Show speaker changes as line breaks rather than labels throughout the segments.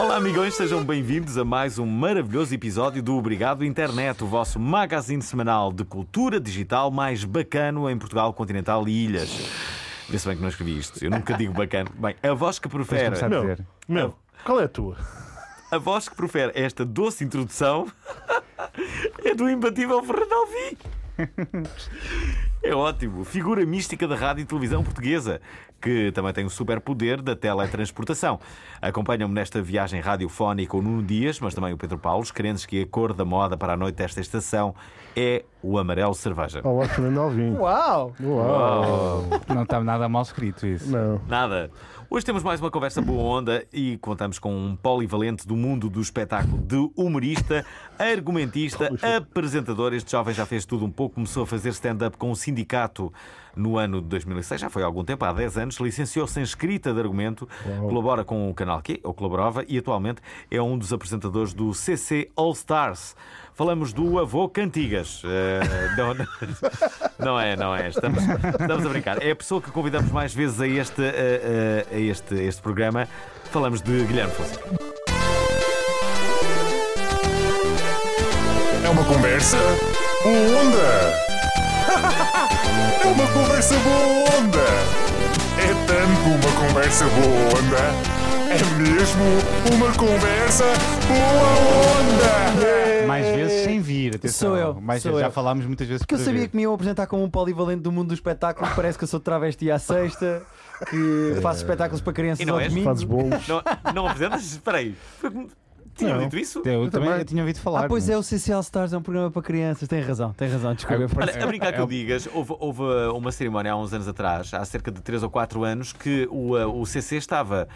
Olá, amigões, sejam bem-vindos a mais um maravilhoso episódio do Obrigado Internet, o vosso magazine semanal de cultura digital mais bacano em Portugal continental e ilhas. Vê se bem que não escrevi isto, eu nunca digo bacano. Bem, a voz que
Tens de
prefere,
começar a dizer.
Meu, qual é a tua?
a voz que prefere esta doce introdução é do imbatível Fernando Alvim. É ótimo, figura mística da rádio e televisão portuguesa, que também tem o superpoder da teletransportação. Acompanham-me nesta viagem radiofónica o Nuno Dias, mas também o Pedro Paulo, crentes que a cor da moda para a noite desta estação é o amarelo cerveja.
Olá, Fernando Alvim.
Uau!
Uau.
Não está nada mal escrito isso.
Não.
Nada. Hoje temos mais uma conversa boa onda e contamos com um polivalente do mundo do espetáculo de humorista, argumentista, apresentador. Este jovem já fez tudo um pouco. Começou a fazer stand-up com o sindicato no ano de 2006, já foi há algum tempo, há 10 anos. Licenciou-se em escrita de argumento, colabora com o canal Q, ou colaborava, e atualmente é um dos apresentadores do CC All Stars. Falamos do avô Cantigas. Eh, não, não- não é, não é. Estamos, estamos a brincar. É a pessoa que convidamos mais vezes a este, eh, eh, a este, a este programa. Falamos de Guilherme Fonseca.
É uma conversa boa onda. É uma conversa boa onda. É tanto uma conversa boa onda. É mesmo uma conversa boa onda.
Mais vezes sem vir, atenção.
Sou eu,
Mais
sou
vezes, já
eu.
falámos muitas vezes
Porque eu
por
sabia
vez.
que me iam apresentar como um polivalente do mundo do espetáculo. Parece que eu sou travesti à sexta, que faço espetáculos para
E
crianças
não
ao
és?
domingo.
Fazes bolos.
Não, não apresentas? Espera aí. Foi como- Tinham
Não.
dito isso?
Eu, também,
também.
eu tinha ouvido falar.
Ah, pois
mas-
é, o CCL Stars é um programa para crianças. Tem razão, tem razão. Desculpa.
Ah, eu-
parece-
Olha, a
é
brincar que eu digas, houve, houve uh, uma cerimónia há uns anos atrás, há cerca de 3 ou 4 anos, que o, eh, o CC estava,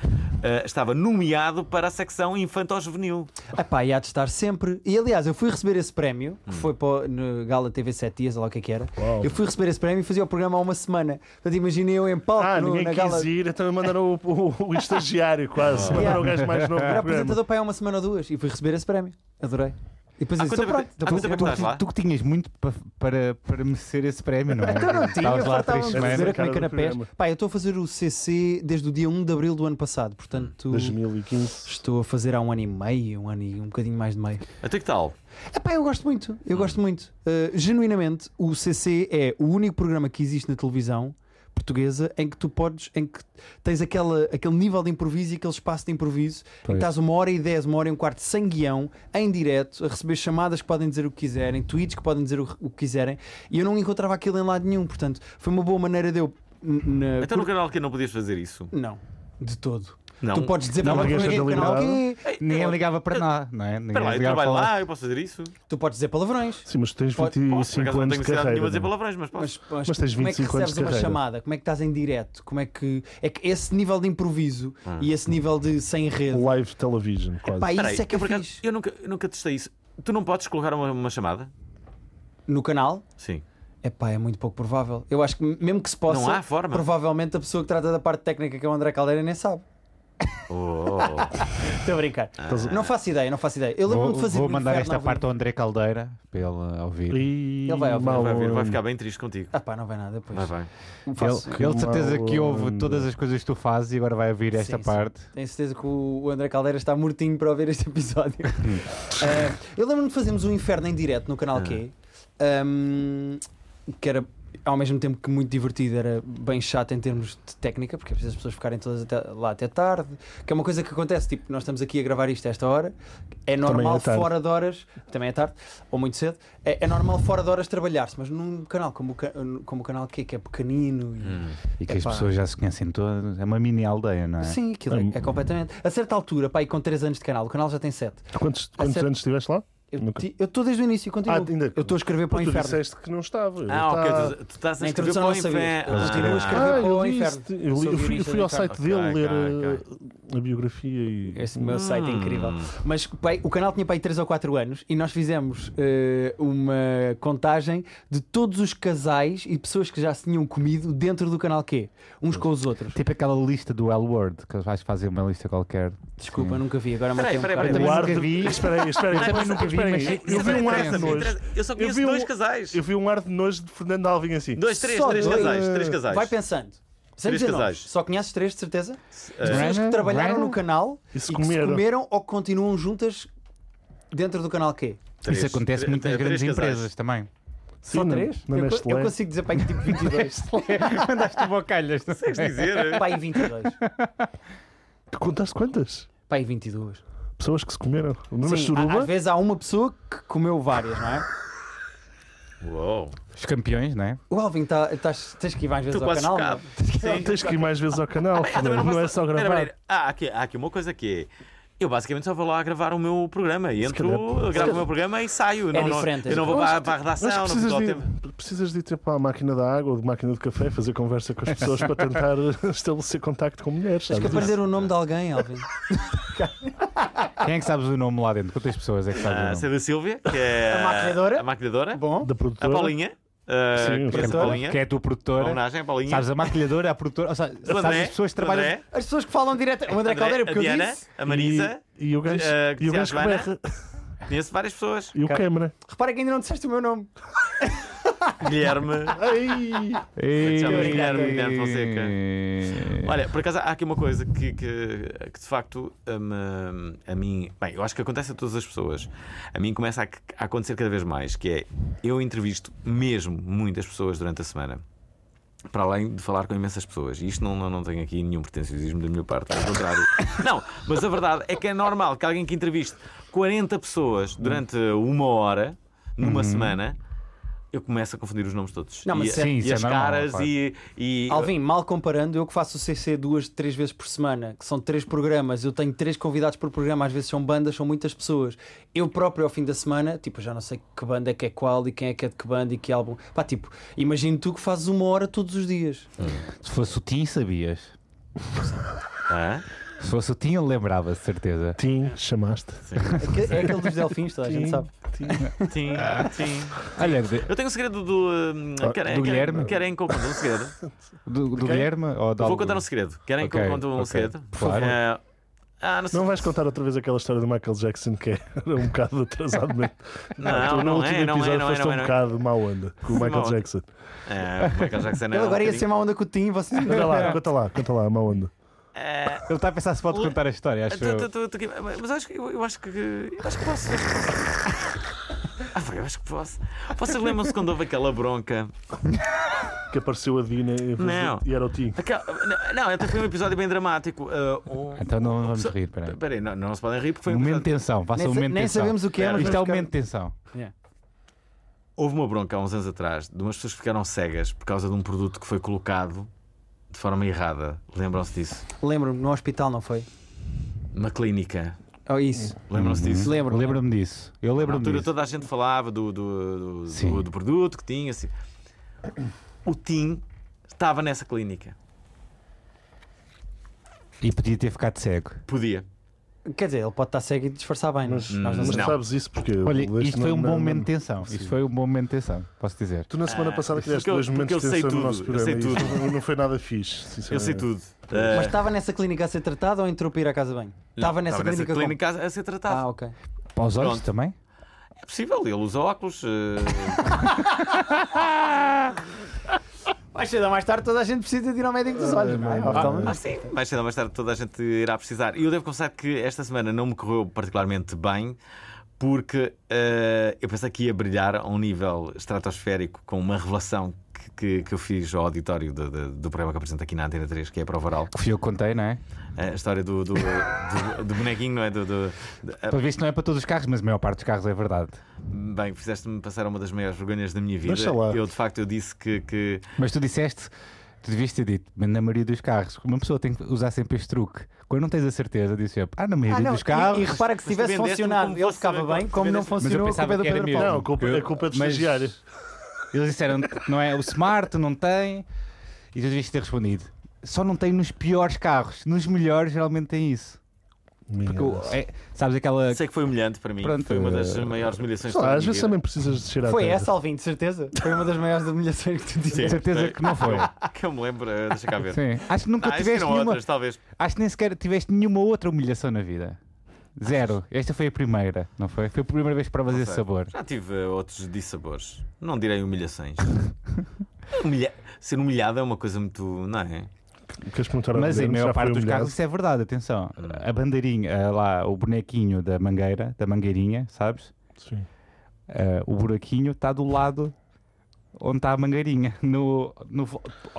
eh, estava nomeado para a secção infantil-juvenil.
Ah pá, e há de estar sempre. E aliás, eu fui receber esse prémio, que foi para o- no Gala TV 7 dias, ou lá o que é que era. Eu fui receber esse prémio e fazia o programa há uma semana. Portanto, imaginei eu em palco
Ah,
no-
ninguém
na
quis
Gala.
ir, então mandaram o, o- o estagiário quase. Mandaram o gajo mais novo
Ah,
do
Era
programa.
apresentador para aí há uma semana ou duas e fui receber esse prémio. Adorei. E depois
Há
disse,
quanto
"Então
tempo-
pronto,
há
então
quanto tempo
vou-
estavas lá?
Tu, tu que tinhas muito pa- para, para merecer esse prémio, não é?
Então não tinha,
Estavas lá há três
faltavam dizer
semanas.
a comer
Cara do
canapés.
programa.
Pá, eu estou a fazer o CC desde o dia 1 de abril do ano passado, portanto
2015.
estou a fazer há um ano e meio, um ano e um bocadinho mais de meio.
Até que tal?
Epá, eu gosto muito, eu gosto muito. Uh, genuinamente, o CC é o único programa que existe na televisão portuguesa em que tu podes, em que tens aquela, aquele nível de improviso e aquele espaço de improviso em que estás uma hora e dez, uma hora e um quarto sem guião, em direto, a receber chamadas que podem dizer o que quiserem, tweets que podem dizer o, o que quiserem, e eu não encontrava aquilo em lado nenhum, portanto, foi uma boa maneira de eu. n-
É
na-
Até no canal que não podias fazer isso.
Não, de todo.
Não.
Tu podes dizer
Não
pela
ligas
primeira-
a
canal
liberdade?
Q,
Ninguém ligava para nada, não é? Ninguém
Espera lá, eu
ligava
trabalho
para
lá, eu posso fazer isso?
tu podes dizer palavrões.
Sim, mas tu tens
Pode-
Posso, por
25
acaso não
anos
tenho
de
necessidade nenhuma de dizer
carreira. não é?
palavrões, mas posso.
Mas, mas
Mas tens
como é que
25 anos
recebes
de
uma
carreira.
chamada? Como é que estás em direto? Como é que. É que esse nível de improviso e esse nível de sem rede.
Live television, quase.
Pá,
Ah. Espera aí,
isso é que
eu,
eu
por acaso,
fiz.
eu nunca, eu nunca testei isso. Tu não podes colocar uma, uma chamada?
No canal,
Sim.
é pá, é muito pouco provável. Eu acho que mesmo que se possa.
Não há forma.
Provavelmente a pessoa que trata da parte técnica, que é o André Caldeira, nem sabe.
Oh.
Estou a brincar.
Ah.
Não faço ideia, não faço ideia. Eu
Vou,
lembro-me de fazer.
vou
no
mandar
inferno
esta
ao vivo.
parte ao André Caldeira para ele ouvir.
E...
Ele vai ouvir,
Vai,
mal-
ver, vai ficar bem triste contigo.
Ah pá, não vai nada, pois.
Vai, vai.
Faço.
Ele, ele de certeza que ouve
malandro.
todas as coisas que tu fazes e agora vai ouvir esta
Sim, sim.
parte.
Tenho certeza que o o André Caldeira está mortinho para ouvir este episódio. Eh, eu lembro-me de fazermos um inferno em direto no canal Q, ehm, que era ao mesmo tempo que muito divertido, era bem chato em termos de técnica, porque é preciso as pessoas ficarem todas até- lá até tarde, que é uma coisa que acontece, tipo, nós estamos aqui a gravar isto a esta hora, é normal
é tarde.
fora de horas, também é tarde, ou muito cedo, é, é normal fora de horas trabalhar-se, mas num canal como o, ca- como o canal Q, que é pequenino e-
Hum.
E que as
Epá.
pessoas já se conhecem todas. É uma mini aldeia, não é?
Sim, aquilo é, é completamente. A certa altura, pá, e com 3 anos de canal, o canal já tem 7.
Quantos, quantos
certo.
anos estiveste lá?
Eu
Nunca.
ti- eu estou desde o início, continuo.
Ah, ainda-
eu estou a escrever para
Pô,
o
tu
inferno.
disseste que não estava. Eu
Ah, ok.
tava-
Tu, tu estás a
Na
escrever
introdução
para o
não sabia.
inferno.
Eu continuo a
Ah,
escrever.
Ah,
para o
eu, li
inferno.
isto. eu, li-
Sou
eu fui, eu
guionista
fui
do
ao
inferno.
site dele
Ok,
ler
ok,
uh, a biografia e.
Esse meu site é
Hum.
incrível. Mas bem, o canal tinha para aí 3 ou 4 anos e nós fizemos eh, uma contagem de todos os casais e pessoas que já se tinham comido dentro do canal Q, uns com os outros.
Tipo aquela lista do L-Word, que eles vais fazer uma lista qualquer.
Desculpa,
Sim.
nunca vi. Agora
Peraí,
matei um
peraí,
bocado.
peraí.
nunca
ar de-
vi.
Espera aí, espera aí.
Eu também nunca vi,
espera aí.
mas sei que
é
Eu vi
isso
um ar
interessa,
de
não
nojo.
interessa.
Eu só
Eu
conheço
vi,
dois
um,
casais.
eu vi um ar de nojo de Fernando Alvim assim.
é Dois, três,
Só
três
dois.
casais. Três casais.
Vai pensando. Sem
Três
dizer nomes.
casais.
Só conheces três, de certeza?
Eh,
Pessoas que
Rana,
trabalharam
Rana.
no canal
E se
e que se
comeram.
comeram ou que continuam juntas dentro do canal Q.
três.
Isso acontece
Tre-
muito nas
tre- três
grandes
casais.
empresas também.
Sim,
Só
na-
três?
Na
eu, co- eu
Nestlé.
consigo dizer pai que tipo 22.
Mandaste bocalhas.
Queres dizer? é.
pai 22.
Que Contaste quantas?
Pai 22.
Pessoas que se comeram. Numa
Sim, a-
suruba.
às vezes há uma pessoa que comeu várias, não é?
Uou.
Os campeões, não é?
O Alvin, tá, estás- tens que ir mais vezes
Estou
ao
quase
canal. é?
chocado.
Não, Tens que ir mais vezes ao canal.
Eu também
Fernando. Não é
posso-
só
Pera,
gravar.
pera, há, aqui, há aqui uma coisa que é. Eu basicamente só vou lá gravar o meu programa e entro,
calhar- se
gravo o meu programa e saio. não, não-
diferente,
eu não
é
vou para,
diferente.
para a
Mas
redação, não
precisas,
vou ao tempo.
de, precisas de ir ter para a máquina da água ou de máquina de café, fazer conversa com as pessoas para tentar estabelecer contacto com mulheres.
Tens que
sabes?
aprender o nome de alguém, Alvin.
Quem é que sabes o nome lá dentro? Quantas pessoas é que
Ah,
sabes o
sei
nome?
da Silvia, que é
A maquilhadora.
a maquilhadora,
Bom,
Da
a
produtora.
Paulinha, ah,
Sim,
conheço a
cantora.
Paulinha,
Quem é a tua
uma
produtora?
homenagem à Paulinha,
Sabes a maquilhadora, a produtora? Ou seja,
o
sabes
André,
as pessoas que
o
trabalham.
André,
as pessoas que falam direto. O André,
André,
Caldeira, porque
a Diana,
eu disse.
a Marisa,
E, e o gajo,
eh,
e o gajo que
Tiago Ana.
berra.
conheço várias pessoas.
E o câmara.
Repara que ainda não disseste o meu nome.
Guilherme.
Ei,
Chama-se Guilherme, Guilherme Fonseca.
Fonseca.
Olha, por acaso há aqui uma coisa que, que, que de facto hum, a mim. Bem, eu acho que acontece a todas as pessoas. A mim começa a, a acontecer cada vez mais, que é eu entrevisto mesmo muitas pessoas durante a semana. Para além de falar com imensas pessoas. E isto não, não, não tem aqui nenhum pretensiosismo da minha parte, pelo contrário. Não, mas a verdade é que é normal que alguém que entreviste 40 pessoas durante uma hora, numa semana, eu começo a confundir os nomes todos.
Não, mas
e,
isso é-
Sim, isso
e
é
as
normal,
caras
claro.
e, e.
Alvin, mal comparando, eu que faço o CC duas, três vezes por semana, que são três programas, eu tenho três convidados por programa, às vezes são bandas, são muitas pessoas. Eu próprio, ao fim da semana, tipo, já não sei que banda é que é qual e quem é que é de que banda e que álbum. Pá, tipo, imagino tu que fazes uma hora todos os dias.
Se fosse o Tim, sabias.
Hã?
Se fosse o Tim, ele lembrava, de certeza.
Tim, chamaste.
É que- É aquele dos delfins, toda a gente
Tim,
sabe.
Tim.
Sim, sim.
Olha, de-
Eu tenho um segredo do. hum, querem,
Ah, do
querem-
Guilherme?
Querem que eu conte um segredo?
do, do Guilherme ou de
Vou
algum?
contar um segredo. Querem que eu
Ok,
conte um
ok.
segredo?
Por favor.
Eh, ah, não sei.
Não vais contar outra vez aquela história do Michael Jackson que era um bocado atrasado mesmo.
Não,
tu, no
não
último
é, não é,
episódio
não é,
foste
não é, não
um
é.
bocado mau onda com o Michael
Mau onda.
Jackson.
Eh, o Michael Jackson era
Eu
um
agora ia
bocadinho-
ser má onda com o Tim, vocês
Conta lá, conta lá, conta lá, mau onda.
Eh,
Ele está a pensar se pode
Le- Então,
contar a história, acho
tu- tu-
eu.
tu- tu- Mas acho que- eu eu acho que. Eu acho que posso. Ah, pá, eu acho que posso. Vocês lembram-se quando houve aquela bronca?
Que apareceu a Dina e, a voz
Não.
do- e era o Tim.
Aquela- não, Não, até foi um episódio bem dramático. Eh, um-
Então não vamos
Pessoa-
rir, peraí.
Peraí, não, não se podem rir porque foi um
Momento de
episódio-
tensão, faça
Nem,
um
sa-
momento de
nem
tensão.
sabemos o que é, mas
Isto é um
vamos
momento de tensão.
Houve uma bronca há uns anos atrás de umas pessoas que ficaram cegas por causa de um produto que foi colocado de forma errada. Lembram-se disso?
ficar- Lembro-me, no hospital não foi?
Uma clínica.
Oh, isso.
Lembram-se disso?
Lembro-me.
Lembro-me disso. Eu
Na
lembro-me
altura
disso.
toda a gente falava do, do, do,
Sim.
do- do produto que tinha. Assim. O Tim estava nessa clínica.
E podia ter ficado cego.
Podia.
Quer dizer, ele pode estar cego e disfarçar bem, mas nós não
Mas
Não.
sabes isso porque. eu
Olha,
deixo
isto
na-
foi um
na-
bom
na-
momento de tensão. Isto foi um bom momento de tensão, posso dizer.
Tu na semana passada
isso é
criaste
que eu-
dois
porque
momentos
eu
de
sei
tensão no
tudo,
nosso
eu
programa. é
sei
e
tudo.
isto Não, não foi nada fixe, sinceramente.
Eu sei tudo.
Mas
É.
Eh,
estava nessa clínica a ser tratado ou entrou para ir à casa bem? Estava nessa
estava
clínica. com-
clínica a- a ser tratado.
Ah, ok.
Para os olhos
Pronto.
também?
É possível, ele usa óculos. eh,
Mais cedo ou mais tarde toda a gente precisa de ir ao médico dos olhos, não é?
Ah, sim, mais cedo ou mais tarde toda a gente irá precisar. E eu devo confessar que esta semana não me correu particularmente bem, porque eh, eu pensei que ia brilhar a um nível estratosférico com uma revelação que, que, que eu fiz ao auditório do, do, do programa que apresento aqui na Antena 3, que é a Prova Oral.
Que fui eu que contei, não é?
A história do, do, do- do bonequinho, não é? Do, do- do- eh,
Para ver isto não é para todos os carros, mas a maior parte dos carros é verdade.
bem, fizeste-me passar uma das maiores vergonhas da minha vida.
Deixa lá.
Eu, de facto, eu disse que. que
Mas tu disseste, tu devias ter dito, mas na maioria dos carros, uma pessoa tem que usar sempre este truque. Quando não tens a certeza, diz sempre, ah, na
Ah,
maioria
não,
dos
e,
carros.
e repara que se
Mas tu
tivesse
vendeste-me
funcionado,
como
ele
fosse-
ficava bem, como não
Mas eu
Mas eu
funcionou, a
pensava
culpa é do
que era
Pedro
mesmo.
Paulo.
Não, a culpa-
Eu-
é culpa do
mas
estagiário.
Eles disseram, não é? O smart não tem. E tu devias ter respondido. Só não tem nos piores carros. Nos melhores, geralmente tem isso. Porque, o- é- sabes aquela.
Sei que foi humilhante para mim.
Pronto,
foi uma das
eh,
maiores humilhações
Sei
da
lá,
minha
às vezes
vida.
também precisas de cheirar a
Foi
terra.
essa, Alvin, de certeza. Foi uma das maiores humilhações que tu
Sim.
disseste.
certeza que não foi.
Que eu me lembro, eh, deixa cá ver.
Sim. Acho que nunca
Ah,
tiveste
existiram
nenhuma.
outras, talvez.
Acho que nem sequer tiveste nenhuma outra humilhação na vida. Zero. Esta foi a primeira, não foi? Foi a primeira vez que provas
Não
esse
sei.
sabor.
Já tive eh, outros dissabores. Não direi humilhações. Humilha- Ser humilhado é uma coisa muito. Não é?
Queres perguntar ao
Mas em
Guilherme se
maior
já foi
parte dos
humilhado?
carros isso é verdade, atenção. A bandeirinha, a lá, o bonequinho da mangueira, da mangueirinha, sabes?
Sim.
Ah, o buraquinho está do lado onde está a mangueirinha, no, no,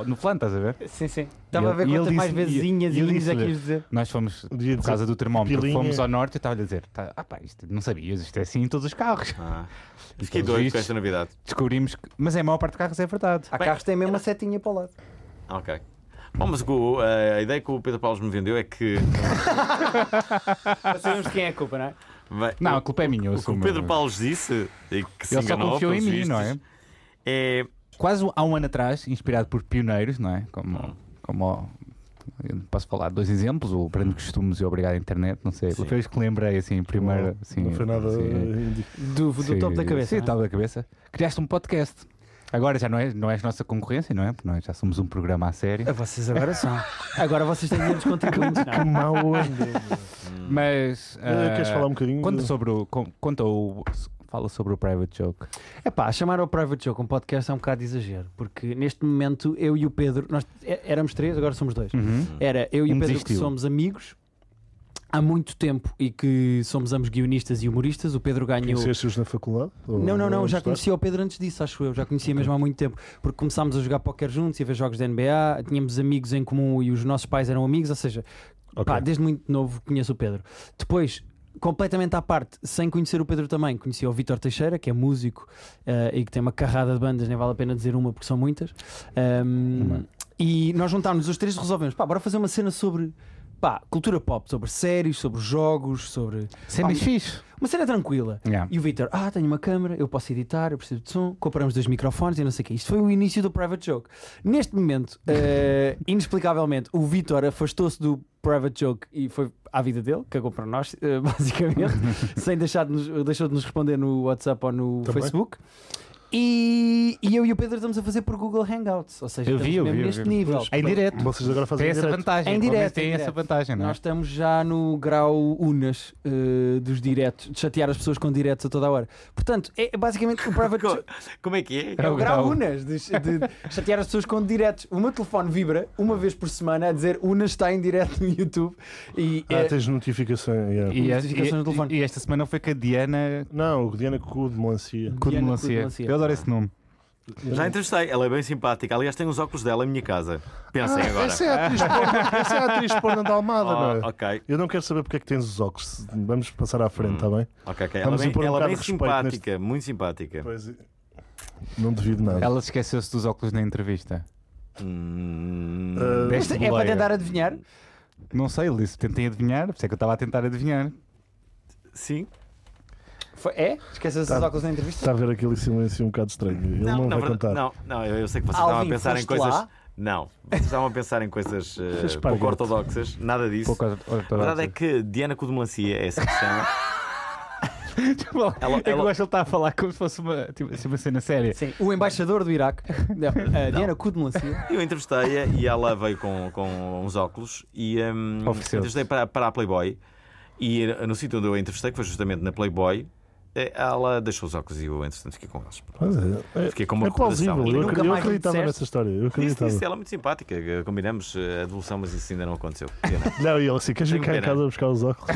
no flan, estás a ver?
Sim, sim. Estava a ver
E ele
quantas mais
disse- e-
vezinhas
e
e
ele
linhas é que
disse-lhe-
ias dizer.
Nós fomos, por
Devia dizer
causa do termómetro,
pilinha.
fomos ao norte e eu estava a dizer: tá, ah pá, isto não sabias, isto é assim em todos os carros.
Ah.
E
Fiquei
pelos
doido com
vistos,
esta novidade.
Descobrimos que, mas em maior parte dos carros é verdade.
Há
Bem,
carros que têm mesmo uma setinha para o lado.
Ah, Ok. Bom, mas o que o- a ideia que o Pedro Paulo me vendeu é que.
Para sabermos de quem é a culpa, não é?
Vai-
Não, a culpa é minha, eu
O que o
assumo.
Pedro Paulo disse e que se
Ele só
enganou,
confiou em
pelos
mim, não é?
vistos, é?
Quase há um ano atrás, inspirado por pioneiros, não é?
Ah.
Como, como eu posso falar dois exemplos, o Brando Costumes e o Obrigado à Internet, não sei.
Sim.
Foi os que lembrei assim, primeiro. assim,
Não foi nada.
assim,
indi-
Do, do
Sim,
topo da cabeça.
Sim,
não é?
topo da cabeça. Criaste um podcast. Agora já não és, não és nossa concorrência, não é? Porque nós já somos um programa a sério.
É
Ah, Vocês agora são. Agora vocês têm menos contribuintes, não
Que
é?
mau
Mas. ah,
Queres falar um bocadinho?
Conta
de-
sobre o. con- Conta o. Fala sobre o private joke.
É pá, chamar ao Private Joke um podcast é um bocado de exagero, porque neste momento eu e o Pedro, nós é- éramos três, agora somos dois.
Uhum.
Era eu e
Um
o Pedro
desistiu.
que somos amigos há muito tempo e que somos ambos guionistas e humoristas. O Pedro ganhou.
Conheceste-os na faculdade? Ou
Não, não, não,
onde
já
estás?
conhecia o Pedro antes disso, acho eu. Já conhecia mesmo há muito tempo, porque começámos a jogar póquer juntos e a ver jogos da NBA, tínhamos amigos em comum e os nossos pais eram amigos, ou seja,
Ok.
pá, desde muito novo conheço o Pedro. Depois, completamente à parte, sem conhecer o Pedro também, conheci o Vitor Teixeira, que é músico eh, e que tem uma carrada de bandas, nem vale a pena dizer uma porque são muitas. Ahm,
Uma.
E nós juntámos os três e resolvemos, pá, bora fazer uma cena sobre. Pá, cultura pop, sobre séries, sobre jogos, sobre.
Isso é
Pá,
mais fixe.
Uma cena tranquila.
Yeah.
E o Vitor, ah, tenho uma câmera, eu posso editar, eu preciso de som, compramos dois microfones e não sei o quê. Isto foi o início do Private Joke. Neste momento, eh, inexplicavelmente, o Vitor afastou-se do Private Joke e foi à vida dele, cagou para nós, eh, basicamente, sem deixar de nos, deixou de nos responder no WhatsApp ou no
Também.
Facebook. E, e eu e o Pedro estamos a fazer por Google Hangouts, ou seja,
Eu
estamos
vi, eu
mesmo
vi, eu
neste
vi.
nível.
Em direto.
Vocês agora fazem
Tem essa
direto.
É
vantagem.
Em
pelo menos
direto,
Tem
em
essa
direto.
vantagem, não é?
Nós estamos já no grau Unas eh, dos diretos, de chatear as pessoas com diretos a toda a hora. Portanto, é é basicamente o Private Joke.
Co- Como é que é?
É o grau
grau.
Unas, de, de chatear as pessoas com diretos. O meu telefone vibra uma vez por semana a dizer Unas está em direto no YouTube. E
Ah,
é,
tens notificação. yeah.
E, a-
Notificações no
e,
telefone.
e esta semana foi com a Diana
Não, o Diana Cu de Melancia.
Codemelancia.
Codemelancia.
Eu adoro esse nome.
Já entrevistei, ela é bem simpática. Aliás, tem os óculos dela em minha casa. Pensem
Ah,
agora.
Essa é a atriz porno- essa é a atriz porno da Almada, não
Oh,
é?
ok,
Eu não quero saber porque é que tens os óculos. Vamos passar à frente,
Hum.
está bem?
ok, ok. Ela,
Vamos
bem,
impor um
ela
bocado
bem
de respeito
simpática, muito simpática.
Pois Não devido nada.
Ela esqueceu-se dos óculos na entrevista.
Hum,
Ah,
Deste
Isto é para
boleia.
tentar adivinhar.
Não sei, ele disse, tentem adivinhar, por isso é que eu estava a tentar adivinhar.
sim.
Foi- é? Esqueceu-se dos
Tá.
óculos na entrevista?
Está a ver aquele silêncio um bocado estranho. Ele não,
na verdade-
vai contar.
Não, não, eu eu sei que vocês
Alvin,
estavam a pensar em
foste
coisas.
lá?
Não, vocês estavam a pensar em coisas eh,
Esparguete.
pouco ortodoxas, nada disso.
Pouco ortodoxo.
A verdade é que Diana Codemancia é assim que se chama. Ela-
é que eu
ela-
gosto que ele está a falar como se fosse uma, tipo, assim, uma cena séria.
Sim. O embaixador do Iraque, Não, a Diana Cudmelancia.
Eu entrevistei-a e ela veio com, com uns óculos e hum,
Ofereceu-se.
entrevistei para, para a Playboy. E eh, no sítio onde eu a entrevistei, que foi justamente na Playboy, eh, ela deixou os óculos e eu, entretanto, fiquei com eles.
Mas é, é,
Fiquei com uma
é plausível.
recordação.
Eu,
nunca
acredito- eu
mais lhe
acreditava
disseste?
nessa história. Eu
Disse,
acreditava.
disse, ela é muito simpática. eh, Combinamos
um-
eh, a devolução, mas isso ainda não aconteceu. Diana,
Não, e ele assim, queres vir
Tenho
cá em
pena.
casa buscar os óculos?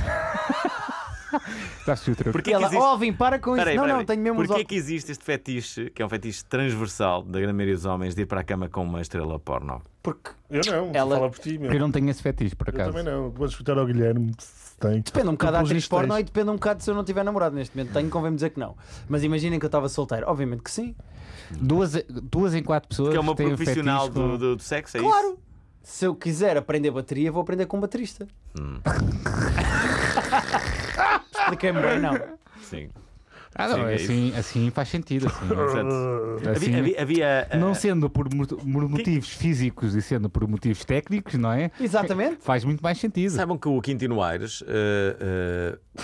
Estás o truque.
Porquê
E ela,
que existe...
ó, vim, para com isso.
Peraí,
não,
peraí,
não, tenho mesmo
Porquê
os óculos.
que existe este fetiche, que é um fetiche transversal da grande maioria dos homens, de ir para a cama com uma estrela porno?
Porque
Eu não,
Ela-
fala por ti, meu.
Eu não tenho esse fetiche, por
Eu
acaso.
também não. Vou escutar ao Guilherme se tem.
depende um bocado da
Pelos
atriz
vistos tens.
porno e depende um bocado de se eu não tiver namorado neste momento. Tenho, convém dizer que não. Mas imaginem que eu estava solteiro. Obviamente que sim.
Duas, duas em quatro pessoas
Que é uma
têm um
profissional
fetiche com-
do, do- do sexo, é
um Claro! Se eu quiser aprender bateria, vou aprender com um baterista. Expliquei-me bem, não.
isso? Sim.
Ah, não,
Sim, é
assim, assim faz sentido. Assim,
Exato.
Assim,
Havia. havia, ah,
não sendo por, mo- por motivos físicos e sendo por motivos técnicos, não é?
Exatamente.
Faz muito mais sentido.
Saibam que o Quintino Aires, ah, ah,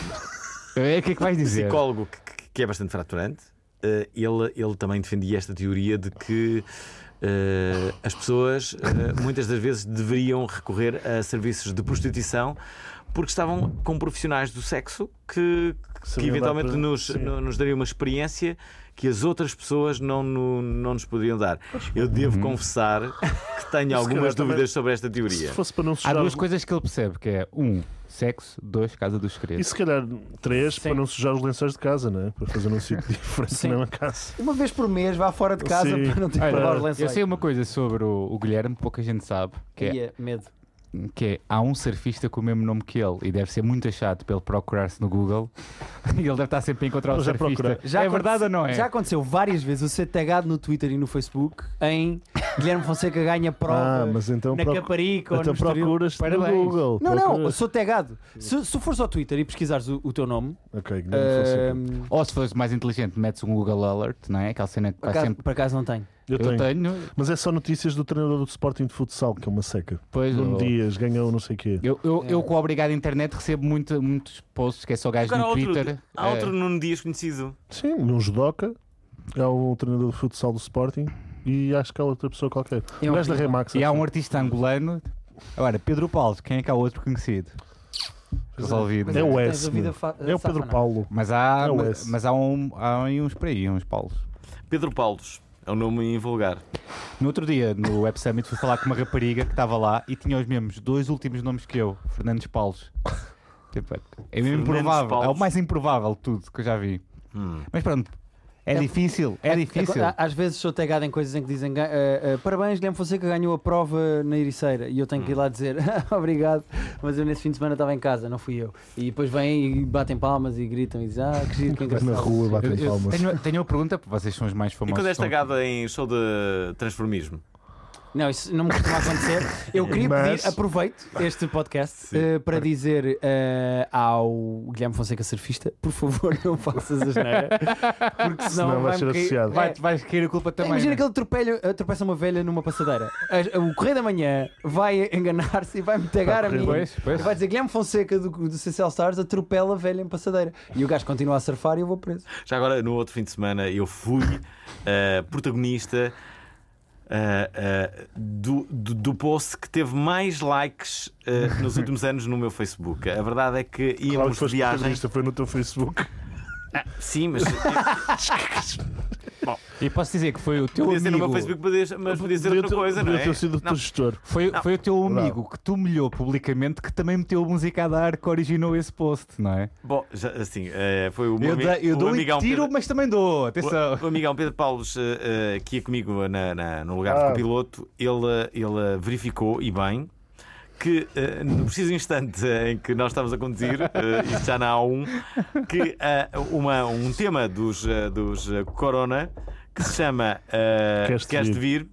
É o que é que vais dizer?
psicólogo que, que- que é bastante fraturante, eh, ele, ele também defendia esta teoria de que eh, as pessoas eh, muitas das vezes deveriam recorrer a serviços de prostituição porque estavam com profissionais do sexo que, que
Sabiam dar
eventualmente
para-
nos,
Sim.
no- nos dariam uma experiência que as outras pessoas não, no- não nos poderiam dar. Eu devo confessar que tenho algumas
Uhum. calhar também-
dúvidas sobre esta
Se
é
teoria.
fosse para não
Há
sujar.
duas coisas que ele percebe, que é um, sexo, dois, casa dos
E
segredos.
se calhar três
Sim.
para não sujar os lençóis de casa, né? Para fazer num sítio diferente,
Sim.
não a casa.
Uma vez por mês, vá fora de casa
Sim.
para não ter que
Olha,
lavar os
Eu
lençóis.
sei uma coisa sobre o, o Guilherme, pouca gente sabe, que é,
Ia, medo.
que é há um surfista com o mesmo nome que ele e deve ser muito achado para ele procurar-se no Google e ele deve estar sempre a encontrar o
Ele já
surfista.
procura.
Já é
aconte-
verdade ou não é?
Já aconteceu várias vezes eu ser tagado no Twitter e no Facebook em Guilherme Fonseca ganha prova
Ah, mas então,
na
procu-
Caparica ou no
então
Estoril.
procuras no
Parabéns.
Google.
Não, não, eu
procuras.
sou tagado. Se, se fores ao Twitter e pesquisares o, o teu nome, ehm,
Ok, Guilherme um Fonseca.
ahm,
Ou se fores mais inteligente, metes um Google Alert, não é? Aquela cena que
por,
vai
acaso,
sempre.
por acaso não tenho.
Eu tenho. Mas é só notícias do treinador do Sporting de Futsal, que é uma seca.
pois
Um
eu,
Dias ganhou não sei o quê.
eu, eu, eu com o obrigado à internet recebo muito, muitos posts que é só gajo
Agora há
no
outro,
Twitter.
há
eh,
É.
outro Nuno Dias conhecido.
Sim, um judoca. Há um treinador de futsal do Sporting e acho que há outra pessoa qualquer.
É
Um
um
gajo da Remax.
E há
acho.
um artista angolano. Agora, Pedro Paulo, quem é que há outro conhecido? Resolvido.
É o
Tens a
S.
vida fa-
um-
É o Pedro
safana.
Paulo.
Mas há,
É o
mas,
S.
mas há, um, há aí uns para aí, uns Paulos.
Pedro Paulos. É um nome invulgar.
No outro dia, no Web Summit, fui falar com uma rapariga que estava lá e tinha os mesmos dois últimos nomes que eu, Fernandes Paulos. Tipo, é mesmo
Fernandes
improvável, é o
Paulos.
mais improvável de tudo que eu já vi.
Hum.
Mas pronto, é,
É-
difícil, é, difícil.
Agora, Às vezes sou tagado em coisas em que dizem "Ga- ah, ah, parabéns, Guilherme Fonseca ganhou a prova na Ericeira e eu tenho que ir
Hum.
lá dizer obrigado, mas eu nesse fim de semana estava em casa, não fui eu. E depois vêm e batem palmas e gritam e dizem ah, que giro,
Vai
que engraçado.
na rua,
Eu-
batem
eu
palmas.
tenho, tenho uma pergunta, porque vocês são os mais
E
famosos.
quando és
estão aqui.
tagada em show de transformismo?
Não, isso não me costuma acontecer. Eu queria
Mas-
pedir, aproveito este podcast
Sim.
eh, para dizer eh, ao Guilherme Fonseca Surfista, por favor, não faças asneira, porque senão,
Senão vais
vai-me
ser
cair-
associado.
É.
Vai, vais cair a culpa também.
Imagina
né?
que ele atropelha, atropessa uma velha numa passadeira. A- O Correio da Manhã vai enganar-se e vai-me tagar a mim.
Pois, pois.
Vai dizer Guilherme Fonseca do, do CCL Stars atropela a velha em passadeira. E o gajo continua a surfar e eu vou preso.
Já agora, no outro fim de semana, eu fui eh, protagonista eh, eh, do, do, do post que teve mais likes eh, nos últimos anos no meu Facebook. A verdade é que
Claro que
íamos de
foste
viagem.
protagonista, foi no teu Facebook.
Sim, mas
E posso dizer que foi o teu
podia ser no
amigo.
meu Facebook, podia- mas podia ser
Podia
outra
ter-
coisa, não
podia
é?
ter sido o teu
Não,
gestor.
Foi, foi o teu
Não.
amigo que tu humilhou publicamente que também meteu música a dar que originou esse post, não é?
bom, já, assim, eh, foi o meu
Eu,
ami-
dei- eu
o é um
dou e
amigão
tiro,
Pedro-
mas também dou. Atenção.
O, o amigão Pedro Paulos, eh, eh, que ia comigo na- na- no lugar
Ah.
de copiloto, ele, eh, ele eh, verificou, e bem, que eh, no preciso instante eh, em que nós estávamos a conduzir, eh, isto já na A1, que eh, uma, um tema dos, eh, dos eh, Corona, que se chama eh,
Queres-te
Queres-te vir,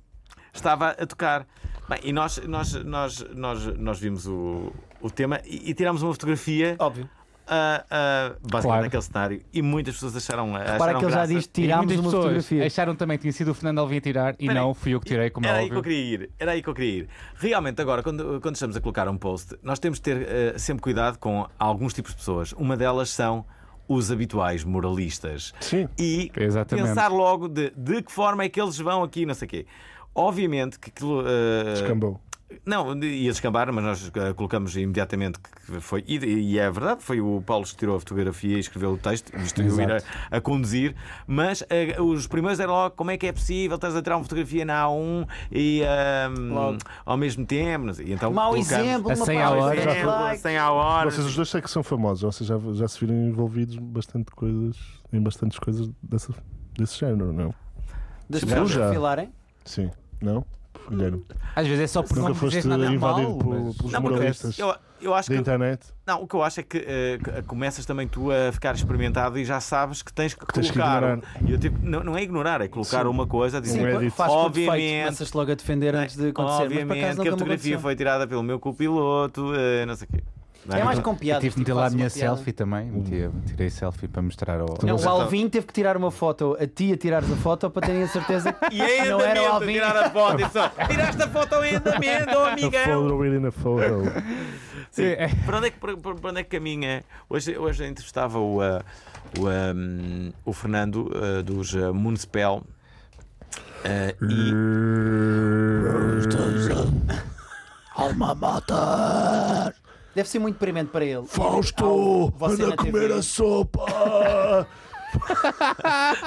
estava a tocar. Bem, e nós, nós, nós, nós, nós vimos o, o tema e, e tirámos uma fotografia.
Óbvio.
ah, ah, basicamente
Claro.
naquele cenário e muitas pessoas acharam
Para
acharam
que ele já
graça.
diz:
E
tirámos
muitas
uma
pessoas
fotografia.
Acharam também que tinha sido o Fernando Alvim a tirar e
Peraí.
não fui eu que tirei, como é
era aí que
óbvio.
eu queria ir, era aí que eu queria ir. Realmente, agora, quando, quando estamos a colocar um post, nós temos de ter eh, sempre cuidado com alguns tipos de pessoas. Uma delas são os habituais moralistas.
Sim.
E
Exatamente.
pensar logo de, de que forma é que eles vão aqui, não sei o quê. Obviamente que aquilo. eh,
Descambou.
Não, ia descambar, mas nós eh, colocamos imediatamente que foi. E, e é verdade, foi o Paulo que tirou a fotografia e escreveu o texto, isto eu ir a, a conduzir. Mas eh, os primeiros eram logo: como é que é possível? Estás a tirar uma fotografia na A1 e ahm, ao mesmo tempo. não sei. E então
Mau
colocamos-
exemplo,
a
uma
100 à
palavra
hora.
de
Exemplo,
like.
sem à hora.
Vocês os dois sei que são famosos, vocês já, já se viram envolvidos bastante coisas, em bastantes coisas dessa, desse género, não?
Das
Já.
pessoas
Já.
refilarem.
Sim, não? Guilherme,
Às vezes é só porque
nunca
não
foste
dizer nada de
invadido
mal,
pelo-
mas-
pelos
Não, porque
moralistas
eu, eu acho
da
que
internet?
Não, o que eu acho é que eh, que- começas também tu a ficar experimentado e já sabes que tens que,
tens que
colocar.
ignorar.
E eu tive- não, não é ignorar, é colocar uma coisa,
um
dizer,
Sim, Um Reddit.
faz por defeito,
Obviamente.
começas logo a defender antes de acontecer. Mas por
é? obviamente
acaso
que a
nunca me
fotografia
aconteceu.
foi tirada pelo meu copiloto, eh, não sei o quê. Não
É mais com
Eu
piada.
tive de
tipo,
meter lá a
fazes
minha
uma piada. Então,
selfie também. Meti- Tirei selfie para mostrar ao.
Não,
Mas
o Alvin teve que tirar uma foto, a ti a tirares a foto para terem a certeza que
E é
não era o
andamento,
Alvin.
tirar a foto. e só, Tiraste a foto em andamento, oh,
A
amigão.
photo in a photo.
Sim. Para, onde é que, para, para onde é que caminha? Hoje, hoje eu entrevistava o, ah, o, ah, hum, o Fernando ah, dos ah, Municipal. ah, e
Hum. Alma matar! Deve ser muito deprimente para ele.
É.
Fausto,
Ah, você na
anda a comer
TV.
a sopa!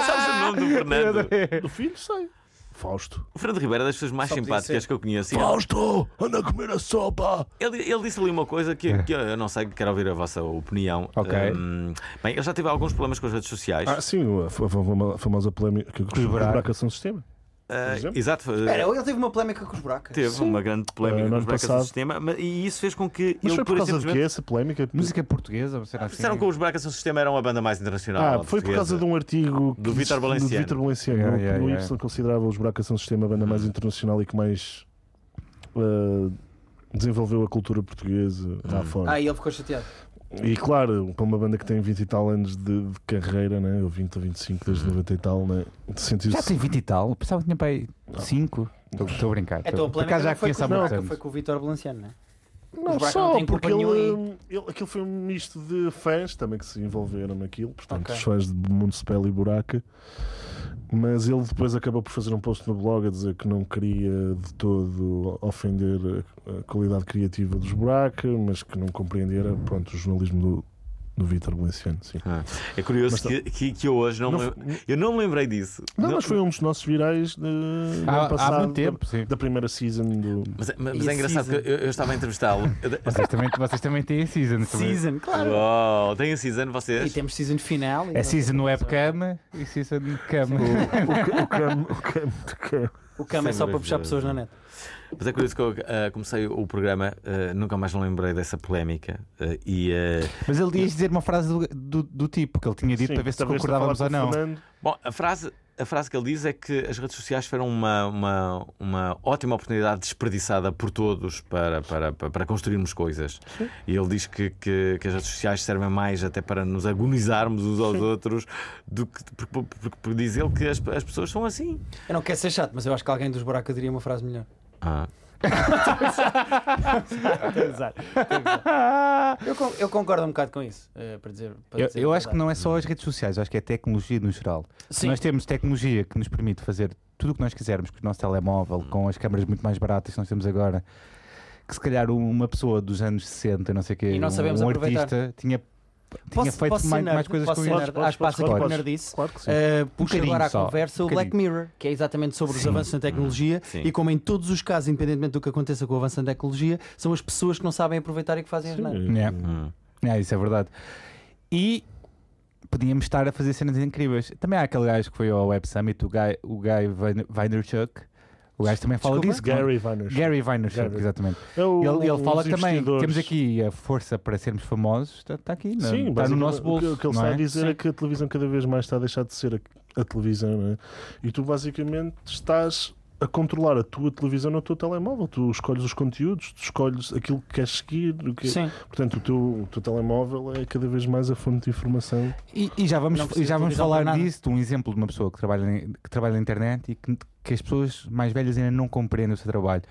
sabes o nome do Fernando?
Do filho, sei. Fausto.
O Fernando Ribeiro é das pessoas mais
Só podia
simpáticas
ser.
que eu conheço.
Fausto, anda a comer a sopa!
Ele, ele disse ali uma coisa que, que eu não sei, quero ouvir a vossa opinião.
Ok.
Hum, bem, ele já teve alguns problemas com as redes sociais.
Ah, sim, a, fa- fa- a famosa polémica que os
buracos.
buracos são sistema.
Ah,
exemplo?
exato.
Espera, ele teve uma polémica com os buracos.
Teve uma grande polémica
Ah, no
com os
ano
buracos do
passado.
sistema mas- e isso fez com que
Mas
ele
foi por
pura e
causa de quê
simplesmente-
essa polémica?
Música portuguesa, ou será assim?
Ah, Disseram que os buracos do sistema eram a banda mais internacional.
Ah, foi por causa de um artigo que
Do Vítor
existe-
Balenciano.
Do Vítor Balenciano.
Yeah,
que
yeah,
o Y
yeah.
considerava os buracos são sistema a banda mais
Hum.
internacional e que mais ah, desenvolveu a cultura portuguesa
Hum.
lá fora.
Ah, e ele ficou chateado.
E claro, para uma banda que tem 20 e tal anos de, de carreira, né? ou 20 ou 25, desde
Hum.
90 e tal, né? de sentir
Já tem 20 e tal. Pensava que tinha para aí 5. Estou a brincar.
Então a
Por
polémica
acaso já
não foi,
conheço
com
há
o
muitos
buraco, foi
anos.
com o Vitor Balenciano, não é?
Não
Os Braca não
só,
têm
porque
culpa
ele,
nenhuma
ele- aquilo foi um misto de fãs também que se envolveram naquilo, portanto,
Ok.
os fãs de Municipal e Buraca. Mas ele depois acabou por fazer um post no blog a dizer que não queria de todo ofender a a qualidade criativa dos Buraca, mas que não compreendera pronto, o jornalismo do, do Vítor Valenciano. Sim.
Ah, é curioso que, que, que eu hoje não,
tá- Não
me-
f-
eu não me lembrei disso.
Não, mas foi um dos nossos virais de, do
Há-
ano
há
passado,
muito tempo,
da,
sim.
da primeira season do.
Mas, mas- mas
E a
é engraçado
Season?
que eu, eu estava a entrevistá-lo.
Vocês também, vocês também têm a season. é? também.
Season, claro.
Uau, tem a season
E
vocês?
temos season final. e-
É season webcam e season cama.
o Cam, o Cam, o Cam.
O cama é só para puxar pessoas na net.
Mas é curioso que eu ah, comecei o programa, ah, nunca mais me lembrei dessa polémica. ah, e, ah,
Mas ele ia dizer uma frase do, do- do tipo que ele tinha dito
Sim,
para ver se
talvez
concordávamos ou
falar com o
não.
Fernando.
Bom, a frase, a frase que ele diz é que as redes sociais foram uma, uma, uma ótima oportunidade desperdiçada por todos para, para, para, para construirmos coisas. E ele diz que, que, que as redes sociais servem mais até para nos agonizarmos uns aos outros do que. Porque, porque, porque diz ele que as, as pessoas são assim.
Eu não quero ser chato, mas eu acho que alguém dos buracos diria uma frase melhor.
Ah.
Eu, con- eu concordo um bocado com isso, eh, para dizer. para
Eu,
dizer
eu
a
acho que
verdade.
não é só as redes sociais, eu acho que é a tecnologia no geral.
Sim.
Nós temos tecnologia que nos permite fazer tudo o que nós quisermos com o nosso telemóvel,
Hum.
com as câmaras muito mais baratas que nós temos agora. Que se calhar um- uma pessoa dos anos 60, não sei o quê,
E não sabemos
um
aproveitar.
artista tinha, tinha
Posso-
feito
posso ser
mais,
nerd?
mais coisas
Posso
com
ser
isso.
nerd?
podes,
Acho que passa
podes,
com o
podes.
disse.
Claro que sim.
Uh, puxa
Um bocadinho
agora à
só,
conversa
um
o Black Mirror, que é exatamente sobre os
Sim. Uhum.
avanços na tecnologia
Sim.
e como em todos os casos, independentemente do que aconteça com o avanço na tecnologia, são as pessoas que não sabem aproveitar e que fazem as nada.
É.
Hum.
É, isso é verdade. E podíamos estar a fazer cenas incríveis. Também há aquele gajo que foi ao Web Summit, o Guy, o Guy Vayner- Vaynerchuk. O gajo também fala
Desculpa?
disso. que não- é?
Gary Vaynerchuk.
Gary Vaynerchuk,
Gary.
exatamente.
É o-
Ele,
um
ele fala
dos
também,
investidores.
temos aqui a força para sermos famosos, está, está aqui, não? está
Sim,
no
basicamente,
nosso
o que-
bolso.
O que ele
não
está
é?
a dizer é que a televisão cada vez mais está a deixar de ser a, a televisão, não é? E tu basicamente estás a controlar a tua televisão no teu telemóvel. Tu escolhes os conteúdos, tu escolhes aquilo que queres seguir. O que... é
Sim.
Portanto, o teu, o teu telemóvel é cada vez mais a fonte de informação.
E, e já vamos,
Não
e
precisa
já
de
vamos
televisão para
falar
nada.
disso, de um exemplo de uma pessoa que trabalha, em- que trabalha na internet e que, que as pessoas mais velhas ainda não compreendem o seu trabalho.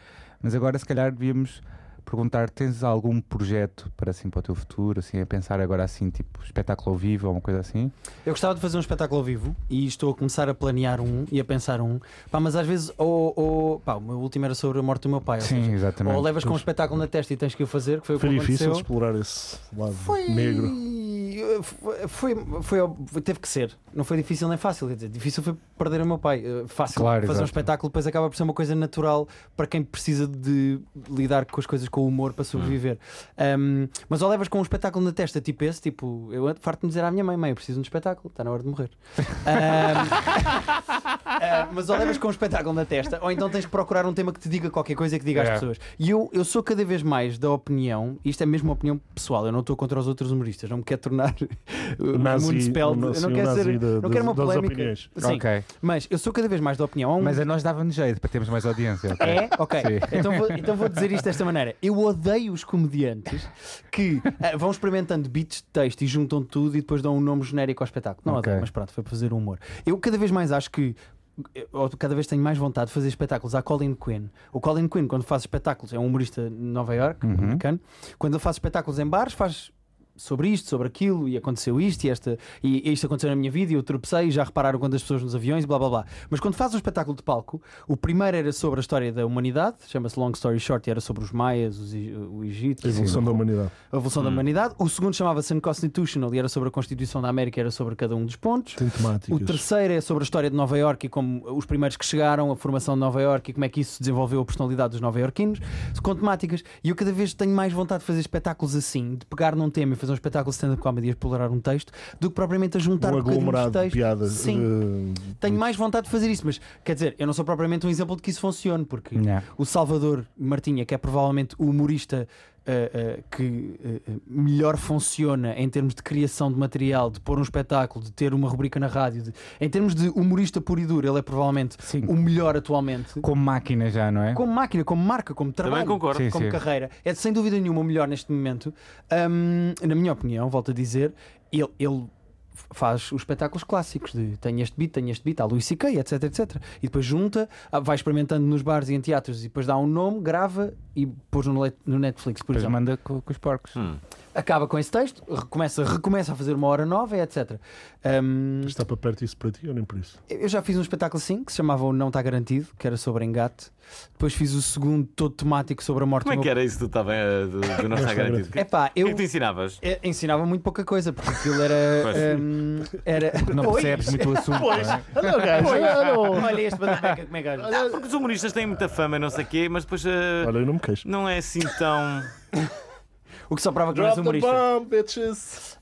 Mas agora, se calhar, devíamos perguntar: tens algum projeto para assim para o teu futuro, assim, a pensar agora assim, tipo espetáculo ao vivo ou uma coisa assim?
Eu gostava de fazer um espetáculo ao vivo e estou a começar a planear um e a pensar um. Pá, mas às vezes, ou, ou- pá, o meu último era sobre a morte do meu pai. ou seja,
Sim, exatamente.
ou levas com um espetáculo na testa e tens que o fazer, que foi o que
Foi é difícil
aconteceu.
explorar esse lado
Foi...
negro.
Foi, foi, foi- teve que ser. Não foi difícil nem fácil. Quer dizer, difícil foi perder o meu pai. Eh, Fácil
Claro,
fazer um
exato.
espetáculo, depois acaba por ser uma coisa natural para quem precisa de lidar com as coisas com o humor para sobreviver. Ahm, mas ou levas com um espetáculo na testa, tipo esse, tipo, eu farto-me dizer à minha mãe: mãe, eu preciso de um espetáculo, está na hora de morrer. Ahm, ah, mas ou levas com um espetáculo na testa, ou então tens que procurar um tema que te diga qualquer coisa que diga às
É.
pessoas. E eu, eu sou cada vez mais da opinião, isto é mesmo uma opinião pessoal, eu não estou contra os outros humoristas, não me quero tornar o
Nazi,
municipal.
o nazi-
eu não
o
quero,
nazi
ser,
da-
não quero uma
das- das
polémica.
opiniões.
Sim,
Ok.
mas eu sou cada vez mais da opinião. Há um-
Mas a nós dava-nos jeito para termos mais audiência. ok?
É? Ok.
Sim.
Então vou, então vou dizer isto desta maneira. Eu odeio os comediantes que ah, vão experimentando beats de texto e juntam tudo e depois dão um nome genérico ao espetáculo. Não
Ok.
odeio, mas pronto, foi para fazer humor. Eu cada vez mais acho que. eh, Ou cada vez tenho mais vontade de fazer espetáculos à Colin Quinn. O Colin Quinn, quando faz espetáculos, é um humorista de Nova York, americano. Quando ele faz espetáculos em bares, faz sobre isto, sobre aquilo, e aconteceu isto, e, esta, e isto aconteceu na minha vida, e eu tropecei, e já repararam quando as pessoas nos aviões, blá blá blá. Mas quando faz um espetáculo de palco, o primeiro era sobre a história da humanidade, chama-se Long Story Short, e era sobre os maias, os I- o Egito,
A evolução da humanidade.
a evolução da humanidade. O segundo chamava-se Unconstitutional, e era sobre a Constituição da América, era sobre cada um dos pontos.
Tem
O
temáticas.
terceiro é sobre a história de Nova Iorque e como os primeiros que chegaram, a formação de Nova Iorque e como é que isso desenvolveu a personalidade dos nova-iorquinos, com temáticas. E eu cada vez tenho mais vontade de fazer espetáculos assim, de pegar num tema e fazer um espetáculo de stand-up comedy e explorar um texto, do que propriamente a juntar
um
um bocadinho de
aglomerado de
texto.
piadas.
Sim,
eh,
tenho mais vontade de fazer isso, mas quer dizer, eu não sou propriamente um exemplo de que isso funcione, porque
Não.
o Salvador Martinha, que é provavelmente o humorista eh, eh, que eh, eh, melhor funciona em termos de criação de material, de pôr um espetáculo, de ter uma rubrica na rádio, de- em termos de humorista puro e duro, ele é provavelmente
Sim.
o melhor atualmente.
Como máquina já, não é?
Como máquina, como marca, como trabalho,
concordo.
Sim,
como
sim.
carreira, é sem dúvida nenhuma o melhor neste momento. Hum, na minha opinião, volto a dizer, ele, ele f- faz os espetáculos clássicos de tem este beat, tem este beat, há Luís C.K., etc, etc. E depois junta, ah, vai experimentando nos bares e em teatros e depois dá um nome, grava e pôs no, le- no Netflix, por
Depois
exemplo.
manda co- com, os porcos.
Acaba com esse texto, recomeça, recomeça a fazer uma hora nova, e etc. Hum,
Está para perto isso para ti ou nem por isso?
eu já fiz um espetáculo assim que se chamava O Não Está Garantido, que era sobre engate. Depois fiz o segundo todo temático sobre a morte
Como é
do
que
meu
era isso do, tava, do, do não estar garantido? O que
É pá, eu
é que tu ensinavas?
eh, ensinava muito pouca coisa, porque aquilo era.
Pois.
hum, era...
Não
Oi,
percebes muito o assunto. não é?
Olha este bandabeca, como é que é?
Ah, porque os humoristas têm muita fama e não sei o quê, mas depois ah,
Olha, eu não me queixo.
não é assim tão.
O que só prova que não és humorista.
bomb, bitches!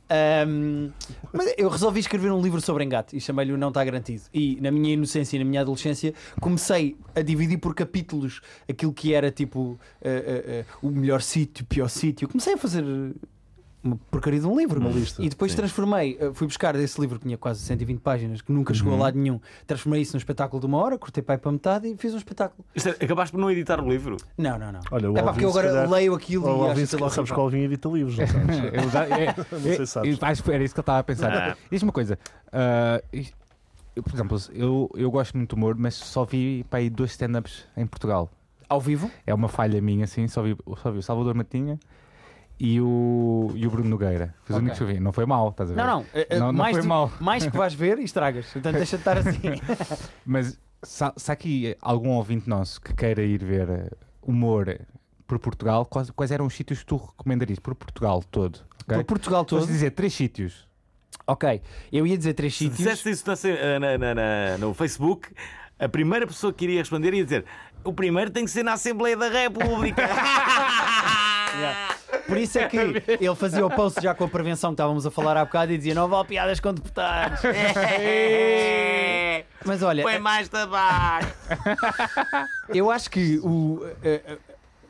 Hum, mas eu resolvi escrever um livro sobre engate e chamei-lhe o Não Está Garantido. E na minha inocência e na minha adolescência comecei a dividir por capítulos aquilo que era tipo eh, eh, eh, o melhor sítio, o pior sítio. Comecei a fazer uma porcaria de um livro.
Uma lista.
E depois transformei, eh, fui buscar esse livro que tinha quase 120 páginas, que nunca
Uhum.
chegou a lado nenhum. Transformei isso num espetáculo de uma hora, cortei pai para metade e fiz um espetáculo.
Isto é, Acabaste por não editar o livro.
Não, não, não.
Olha, o
é pá,
Alvin,
porque eu
se
agora
calhar-
leio aquilo
Ou
e
Alvin,
acho
se
que
calhar sabes que o Alvin edita livros, não sabes?
Eu já- é-
sei
é-
se sabes.
eu acho que era isso que ele estava a pensar.
Não.
Diz-me uma coisa. ah, isto- eu, por exemplo, eu, eu gosto muito de humor, mas só vi para aí dois stand-ups em Portugal.
Ao vivo?
É uma falha minha, assim. Só vi, só vi o Salvador Matinha e o, e o Bruno Nogueira. Foi os
Ok.
únicos que eu vi. Não foi mal, estás a ver?
Não, não. eh, eh,
Não, não
mais
foi
de-
mal.
Mais que vais ver e estragas. Portanto, deixa de estar assim.
Mas se há se há aqui algum ouvinte nosso que queira ir ver eh, humor por Portugal, quais, quais eram os sítios que tu recomendarias por Portugal todo? ok?
Por Portugal todo.
Posso dizer três sítios.
Ok, eu ia dizer três
Se
sítios.
disseste isso na- na- na- na- no Facebook, a primeira pessoa que iria responder ia dizer: o primeiro tem que ser na Assembleia da República.
Yeah. Por isso é que ele fazia o post já com a prevenção que estávamos a falar há bocado e dizia: não vale piadas com deputados. Mas olha,
Põe mais tabaco.
eu acho que o, eh, eh,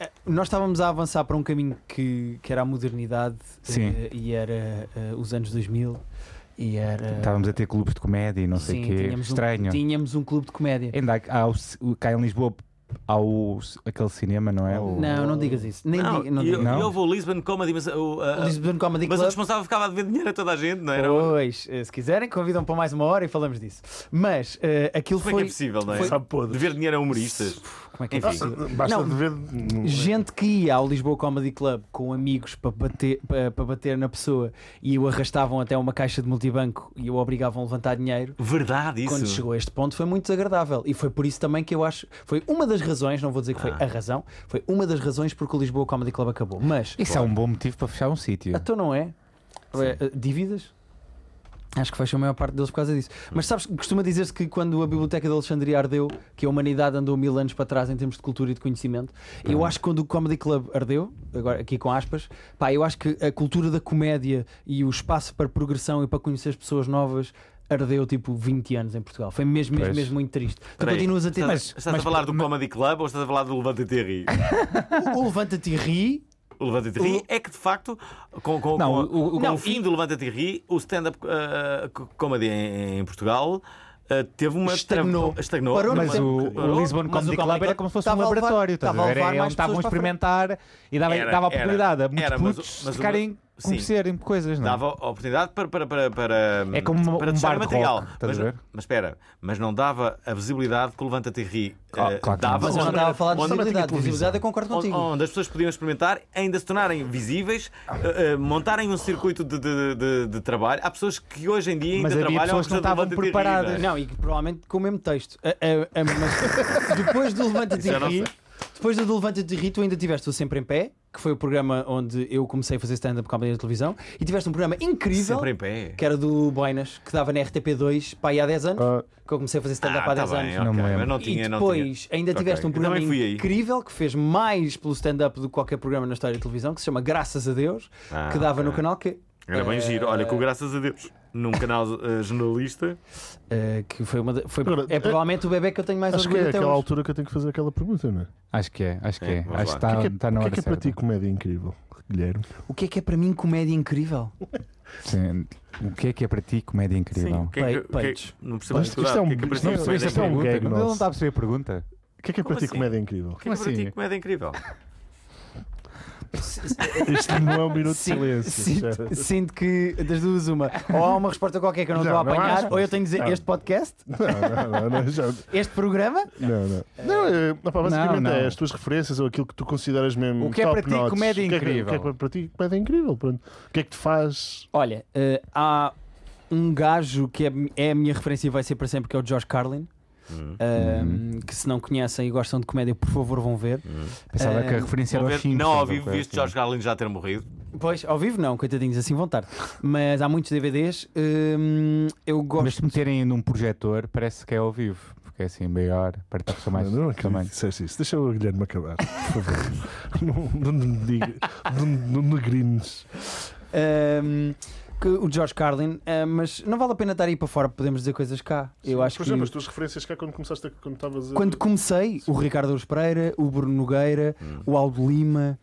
eh, nós estávamos a avançar para um caminho que, que era a modernidade
Sim.
eh, e era eh, os anos 2000 e era.
Estávamos a ter clubes de comédia e não sei
Eh, Sim,
o quê.
tínhamos um-
Estranho.
tínhamos um clube de comédia.
Ainda há, há o ci- o- cá em Lisboa há o, aquele cinema, não é? O-
Não, não digas isso. Nem
Não,
diga- não
eu,
diga.
Não?
eu vou a Lisbon Comedy, mas, o, a- a-
Lisbon Comedy
mas o
Club.
responsável ficava a dever dinheiro a toda a gente, não era?
Pois, eh, se quiserem, convidam para mais uma hora e falamos disso. Mas eh, aquilo
Como é que é
foi.
possível, não é?
foi-
Sabe podre.
Dever dinheiro a humoristas.
Como é que é
Enfim.
possível?
Basta
Não,
de ver. não é?
Gente que ia ao Lisboa Comedy Club com amigos para bater, para, para bater na pessoa e o arrastavam até uma caixa de multibanco e o obrigavam a levantar dinheiro.
Verdade, isso.
Quando chegou a este ponto foi muito desagradável e foi por isso também que eu acho foi uma das razões, não vou dizer que
Ah.
foi a razão, foi uma das razões porque o Lisboa Comedy Club acabou. Mas
Isso é um bom motivo para fechar um sítio.
então não é? É, eh, Dívidas? Acho que fecham a maior parte deles por causa disso. Mas sabes, costuma dizer-se que quando a Biblioteca de Alexandria ardeu, que a humanidade andou mil anos para trás em termos de cultura e de conhecimento. Eu acho que quando o Comedy Club ardeu, agora aqui com aspas, pá, eu acho que a cultura da comédia e o espaço para progressão e para conhecer as pessoas novas ardeu tipo 20 anos em Portugal. Foi mesmo, mesmo,
Pois.
mesmo muito triste. Tu
Espera aí,
continuas a ter.
Estás, estás a falar do Comedy Club ou estás a falar do Levanta-te e Ri?
o o Levanta-te e ri.
O Levanta-te e Ri é que, de facto, com, com,
Não,
com-
o- o-
com
não,
o fim do Levanta-te e Ri, o stand-up eh, co- comedy em, em Portugal eh, teve uma...
Estagnou.
Estagnou.
Parou no
Mas
tempo.
o, o Lisbon Comedy
Mas o Comedy
Club era
Club
como se fosse um
estava a levar-
laboratório. estás a
estava a
ver?
levar
Era
mais
onde estavam a
pessoas para
experimentar e dava,
Era,
dava a
era,
oportunidade a muitos
era, mas o-
putos
mas o-
ficarem
sim.
conhecerem coisas. Não? é?
Dava a oportunidade para, para, para, para
É como um-
para
um
testar
bar
o
de
material.
rock, estás
mas,
a ver?
mas espera, mas não dava a visibilidade que o Levanta-te e Ri
Claro-
eh,
claro que não.
dava.
Mas eu
onde-
não estava a falar de
onde- é
visibilidade. Visibilidade eu concordo
onde,
contigo.
onde as pessoas podiam experimentar, ainda se tornarem visíveis, eh, eh, montarem um circuito de, de- de- de trabalho. Há pessoas que hoje em dia ainda
Mas havia
trabalham
pessoas que não
gostando
estavam
de Levanta-te e Ri,
preparadas.
não é?
Não, e que provavelmente com o mesmo texto. A- a- a- mas depois do Levanta-te
Isso
e
eu não
Ri,
sei.
depois do Levanta-te e Ri, tu ainda tiveste o Sempre em Pé, que foi o programa onde eu comecei a fazer stand-up comedy na televisão, e tiveste um programa incrível,
Sempre em pé.
que é era do Boinas, que dava na RTP2 para aí há 10 anos,
Ah,
que eu comecei a fazer stand-up
Ah,
há
tá
10
bem,
anos.
ok,
Não me
mas
lembro.
não tinha,
e
não
depois
tinha.
ainda
Ok,
tiveste um
eu também
programa
fui aí.
incrível que fez mais pelo stand-up do que qualquer programa na história da televisão, que se chama Graças a Deus,
Ah,
é que dava no
ok.
canal Eh, que
Era bem giro. Olha, com graças a Deus, num canal eh, jornalista.
eh, que foi uma da- foi
Agora,
é
eh,
provavelmente o bebê que eu tenho mais
acho que
orgulho
é
até
aquela
hoje.
altura que eu tenho que fazer aquela pergunta, não é?
Acho que é, acho que
É,
é.
vamos
Acho
lá.
que está,
o que é, que-
está na
o que
hora
é que é para
certa.
ti comédia incrível, Guilherme?
O que é que é para mim comédia incrível?
Sim. O que é que é para ti comédia incrível?
o que é que-
Pe-
o que é que-
peitos.
Não percebo
Isto- isto é
estudar. O que é
um-
que
isto é um-
apareceu?
isto é um-
Pergunta,
gag
Ele não
nosso.
está a perceber a pergunta.
O que é que é
Como
para ti
assim?
comédia incrível?
O que é que para ti
assim?
comédia incrível?
Isto não é um minuto de
Sim,
silêncio. isto
Sinto,
é-
sinto que das duas uma. Ou há uma resposta qualquer que eu não,
Não,
estou a
não há
apanhar,
resposta.
ou eu tenho de dizer
Não.
este podcast,
Não, não, não, não, já-
este programa.
não, não. Não, é- não, pá, basicamente
Não, não.
é as tuas referências ou aquilo que tu consideras mesmo.
O que é para
top
ti
notch.
comédia
O que é que-
incrível?
O que é que para ti comédia incrível? pronto. O que é que te faz.
Olha, eh, há um gajo que é, é a minha referência e vai ser para sempre, que é o George Carlin.
Hum.
eh,
Uhum.
Que se não conhecem e gostam de comédia, por favor, vão ver.
Pensava que a
Eh,
referência
Vão
era
ver-
aos Simpsons.
não ao
ou
vivo,
coisa
visto
assim.
Jorge Carlin já ter morrido.
é Pois, ao vivo não, coitadinhos, assim vão tarde. Mas há muitos DVDs. eh, eu gosto.
Mas se meterem num projetor, parece que é ao vivo. Porque é assim, maior, para estar com mais
não, não acredito que
tamanho.
disseste isso. Deixa o Guilherme acabar, por favor. não, não, me diga- não, não negrines.
Um, que o George Carlin, eh, mas não vale a pena estar aí para fora, podemos dizer coisas cá. Eu acho
Por
que
exemplo, as tuas referências cá quando começaste a. Quando estavas a.
quando comecei, o Ricardo Ouro Pereira, o Bruno Nogueira,
Hum.
o Aldo Lima,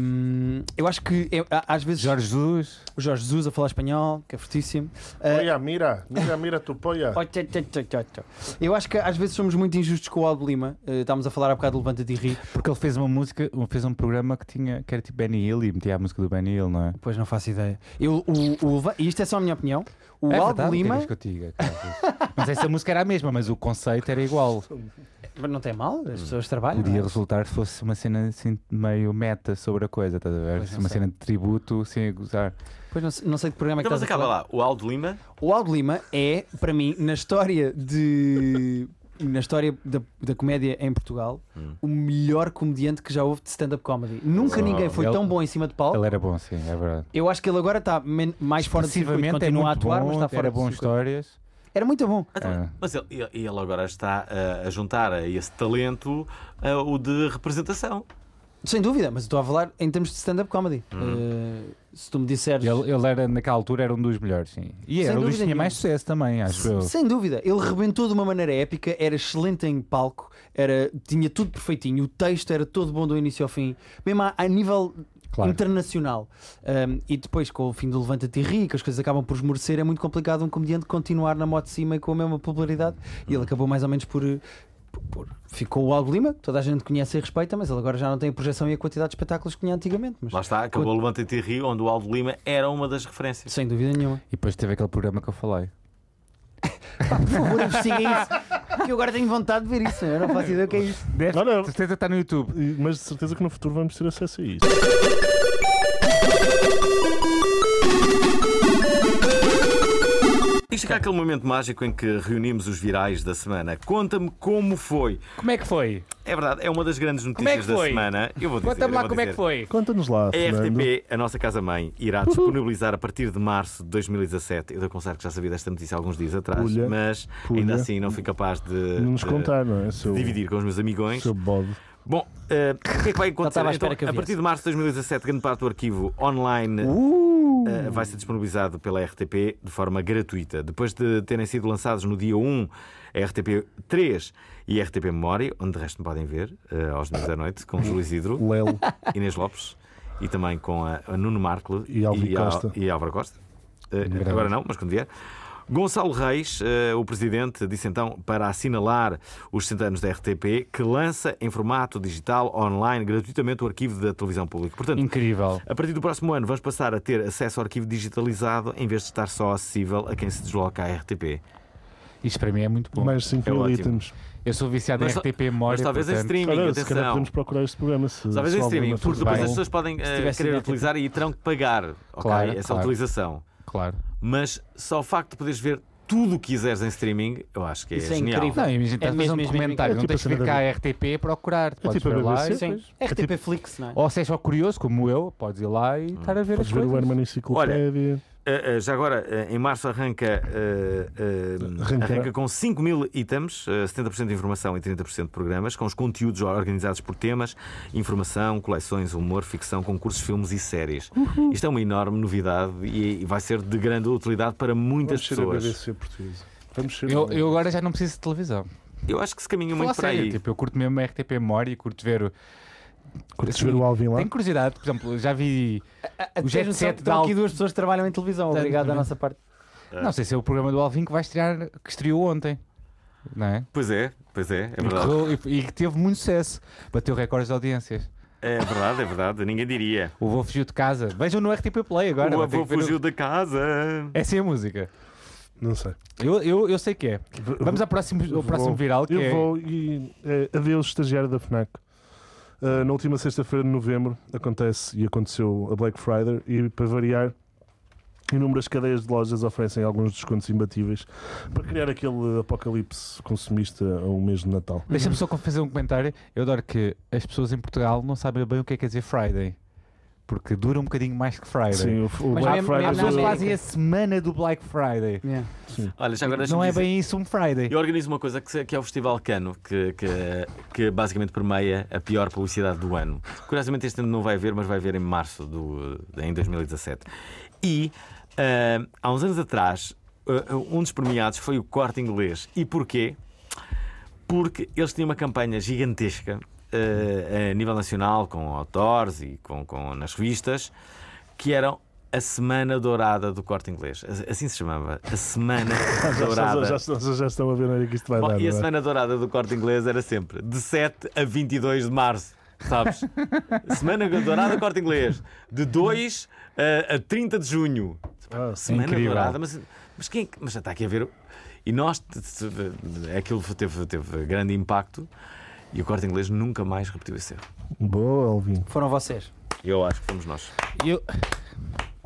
um, eu acho que eu- a- às vezes
Jorge Jesus,
o Jorge Jesus a falar espanhol, que é fortíssimo. Eh,
Olha, mira, mira, mira, tu poia.
Oh, tchá, tchá, tchá, tchá, tchá. Eu acho que às vezes somos muito injustos com o Aldo Lima. Eh, estávamos a falar há bocado do Levanta-te e ri.
porque ele fez uma música, fez um programa que tinha, que era tipo Benny Hill e metia a música do Benny Hill, não é?
Pois não faço ideia. Eu, o, o, Leva- e isto é só a minha opinião. O
é
Aldo
verdade,
Lima.
queres que eu te diga, caraças? é mas essa música era a mesma, mas o conceito era igual.
Mas Não tem mal, as pessoas trabalham. não é?
Podia resultar se fosse uma cena assim meio meta sobre a coisa, estás a ver?
Pois não
Uma
sei.
cena de tributo sem a gozar.
Pois não, sei- não sei de programa é que
Então, mas
estás a
acaba
falar.
lá. O Aldo Lima.
O Aldo Lima é, para mim, na história de. Na história da, da comédia em Portugal,
Hum.
o melhor comediante que já houve de stand-up comedy. Nunca
Uau.
ninguém foi
Ah, Ele-
tão bom em cima de
Ele
palco.
era bom, sim, é verdade.
Eu acho que ele agora está men- mais Oh. fora de circuito,
Expressivamente é
continua a
muito
atuar,
bom,
mas está fora
era
de Então,
bom
circuito.
histórias.
Era muito bom.
É.
Mas ele, ele- ele agora está ah, a juntar a esse talento ah, o de representação.
Sem dúvida, mas eu estou a falar em termos de stand-up comedy. Eh, se tu me disseres.
Hum. Ele, ele era, naquela altura, era um dos melhores, sim. E
Sem
era o
dúvida
que tinha
nenhuma.
mais sucesso também, acho eu.
Sem dúvida, ele rebentou de uma maneira épica, era excelente em palco, era, tinha tudo perfeitinho, o texto era todo bom do início ao fim, mesmo a, a nível
Claro.
internacional. Um, e depois, com o fim do Levanta-te e Ri, que as coisas acabam por esmorecer, é muito complicado um comediante continuar na moto de cima e com a mesma popularidade. E ele acabou mais ou menos por. por- por- Ficou o Aldo Lima, que toda a gente conhece e respeita, mas ele agora já não tem a projeção e a quantidade de espetáculos que tinha antigamente. Mas
Lá está, acabou o Levanta-te e Rio, onde o Aldo Lima era uma das referências.
sem dúvida nenhuma.
E depois teve aquele programa que eu falei.
Pá, por favor, investiguem isso. Que eu agora tenho vontade de ver isso. Eu não faço ideia o que é isso.
Deve,
Não, não.
de certeza está no YouTube.
E- Mas de certeza que no futuro vamos ter acesso a isso.
E chega aquele momento mágico em que reunimos os virais da semana. Conta-me como foi.
Como é que foi?
É verdade, é uma das grandes
é que
notícias da
foi?
semana. Eu vou dizer,
Conta-me
eu
lá
vou
como é
dizer.
que foi.
Conta-nos lá,
A
é,
É
Fernando.
RTP, a nossa casa-mãe, irá disponibilizar a partir de março de 2017. Eu devo confessar que já sabia desta notícia há alguns dias atrás,
Pulha.
mas
Pulha.
ainda assim não fui capaz de,
Não nos
de
contar, não é? Seu,
dividir com os meus amigões.
seu bode.
Bom, eh, o que é que vai acontecer?
estava à espera que eu
a
viesse.
partir de março de 2017, grande parte do arquivo online
Uh!
eh, vai ser disponibilizado pela RTP de forma gratuita. Depois de terem sido lançados no dia 1 a RTP 3 e a RTP Memória, onde de resto me podem ver eh, aos 9 da noite, com o Júlio
Uh!
Isidro,
Lelo.
Inês Lopes e também com a, a Nuno Marco
E Álvaro Costa.
e Álvaro Costa. Eh, agora não, mas quando vier. Gonçalo Reis, eh, o presidente, disse então para assinalar os 60 anos da RTP que lança em formato digital online gratuitamente o arquivo da televisão pública. Portanto,
Incrível.
a partir do próximo ano vamos passar a ter acesso ao arquivo digitalizado em vez de estar só acessível a quem se desloca à RTP.
Isto para mim é muito bom.
Mais 5
É
mil
ótimo.
itens.
Eu sou viciado
Mas
em
só-
RTP Memória.
Mas talvez em
portanto,
streaming,
Ora, se calhar
atenção.
podemos procurar este programa. Se,
Talvez
se
em
há
streaming,
alguma
porque
coisa-
depois
bem.
as pessoas podem eh,
tivesse
querer
sido
utilizar e terão que pagar ok,
Claro,
essa
claro.
utilização.
Claro.
Mas só o facto de poderes ver tudo o que quiseres em streaming, eu acho que é
Isso é
genial.
incrível.
Não, imagina, estás a fazer
mesmo, mesmo,
um
mesmo.
documentário.
É
Não
tipo
tens
a
que vir
cena
cá
da-
a RTP procurar.
É
Podes
tipo a
ver lá. e-
BBC. pois.
RTP Flix, não é?
Ou se és só curioso, como eu, podes ir lá
Hum.
e estar a ver as
Podes ver o
coisas.
Herman É, Enciclopédia.
Uh, uh, já agora, uh, em março arranca, uh, uh,
Arranca.
arranca com 5 mil itens, uh, 70% de informação e 30% de programas, com os conteúdos organizados por temas, informação, coleções, humor, ficção, concursos, filmes e séries. Isto é uma enorme novidade e, e vai ser de grande utilidade para muitas
Vamos ser a
pessoas.
BBC portuguesa. Vamos ser.
Eu, eu agora já não preciso de televisão.
Eu acho que se caminha
Falar
muito para
sério,
aí.
tipo, eu curto mesmo a RTP Memória e curto ver. o-
Curtes
assim,
ver o Alvin lá?
Tenho curiosidade, por exemplo, já vi.
O
Jet Set
Estão
dá
aqui
al-
duas pessoas que trabalham em televisão. Obrigado da nossa parte.
Não sei se é o programa do Alvin que vai estrear, que estreou ontem. Não é?
Pois é, pois é, é
E
verdade.
correu- e- E que teve muito sucesso. Bateu recordes de audiências.
É verdade, é verdade, ninguém diria.
O avô fugiu de casa. Vejam no RTP Play agora.
o
vai ter
avô
que ver o-
fugiu da casa.
Essa é a música.
Não sei.
Eu, eu, eu sei que é. Vamos ao próximo, ao
Eu
próximo
vou-
viral, que
Eu
é
vou e é, adeus, estagiário da FNAC. Ah, na última sexta-feira de novembro acontece e aconteceu a Black Friday e para variar inúmeras cadeias de lojas oferecem alguns descontos imbatíveis para criar aquele apocalipse consumista ao mês de Natal.
Deixa-me só fazer um comentário. Eu adoro que as pessoas em Portugal não sabem bem o que é que quer dizer Friday. Porque dura um bocadinho mais que Friday.
Sim, o, o
Mas
Black
mesmo-
Há
Friday é-
mesmo na
pessoas que
América.
fazem a semana do Black Friday.
Yeah.
Olha, já agora
não
deixa-me
é
dizer-
bem isso um Friday.
Eu organizo uma coisa que, se- que é o Festival Cano, que, que, que basicamente permeia a pior publicidade do ano. Curiosamente, este ano não vai haver, mas vai haver em março do, eh, em 2017. E ah, há uns anos atrás, ah, um dos premiados foi o Corte Inglês. E porquê? Porque eles tinham uma campanha gigantesca ah, a nível nacional, com autores e com, com- nas revistas, que eram. A Semana Dourada do Corte Inglês. Assim se chamava. A Semana
já,
Dourada.
já, já- já- já estão a ver onde é que isto vai
Bom,
dar.
e a
não é?
semana dourada do corte inglês era sempre de 7 a 22 de março, sabes? semana dourada do corte inglês, de 2 a, a 30 de junho.
Ah,
Semana
incrível.
dourada, mas, mas quem mas já está aqui a ver. E nós, t- t- aquilo teve, teve grande impacto e o corte inglês nunca mais repetiu esse erro.
Boa, Alvin.
Foram vocês.
Eu acho que fomos nós.
Eu-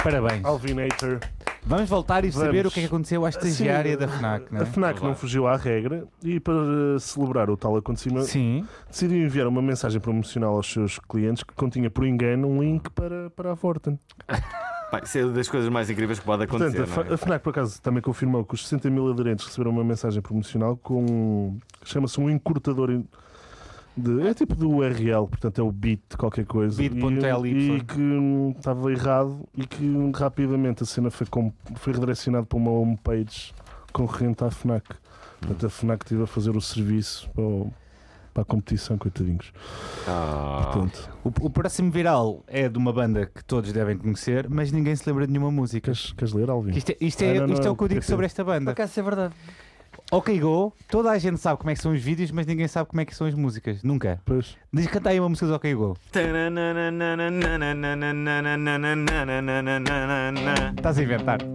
Parabéns.
Alvinator.
Vamos voltar e
Vamos.
saber o que é que aconteceu à estagiária
Sim,
da FNAC, não
A
é?
FNAC não
Claro.
fugiu à regra e para eh, celebrar o tal acontecimento
Sim.
decidiu enviar uma mensagem promocional aos seus clientes que continha, por engano, um link para, para a Forten.
Pá, isso é das coisas mais incríveis que pode acontecer. não
Portanto, a, Fa-
é?
a FNAC, por acaso, também confirmou que os 60 mil aderentes receberam uma mensagem promocional com. chama-se um encurtador. in- de- é tipo do URL, portanto é o bit de qualquer coisa. E-
bit.ly.
E, que hum, estava errado e que hum, rapidamente a cena foi, com- foi redirecionada para uma homepage concorrente à FNAC. Portanto, a FNAC esteve a fazer o serviço para, o- para a competição, coitadinhos.
Ah.
Portanto,
O, o próximo viral é de uma banda que todos devem conhecer, mas ninguém se lembra de nenhuma música.
queres, queres ler, Alvin?
Isto é, isto é-
Ah, não,
isto é
não,
o que eu digo
esqueci.
sobre esta
Por
banda.
acaso isso é verdade.
Ok, Go, toda a gente sabe como é que são os vídeos, mas ninguém sabe como é que são as músicas. Nunca.
Pois.
Diz canta aí uma música do Ok Go.
Tananananananananananananananananana.
Estás a inventar.
a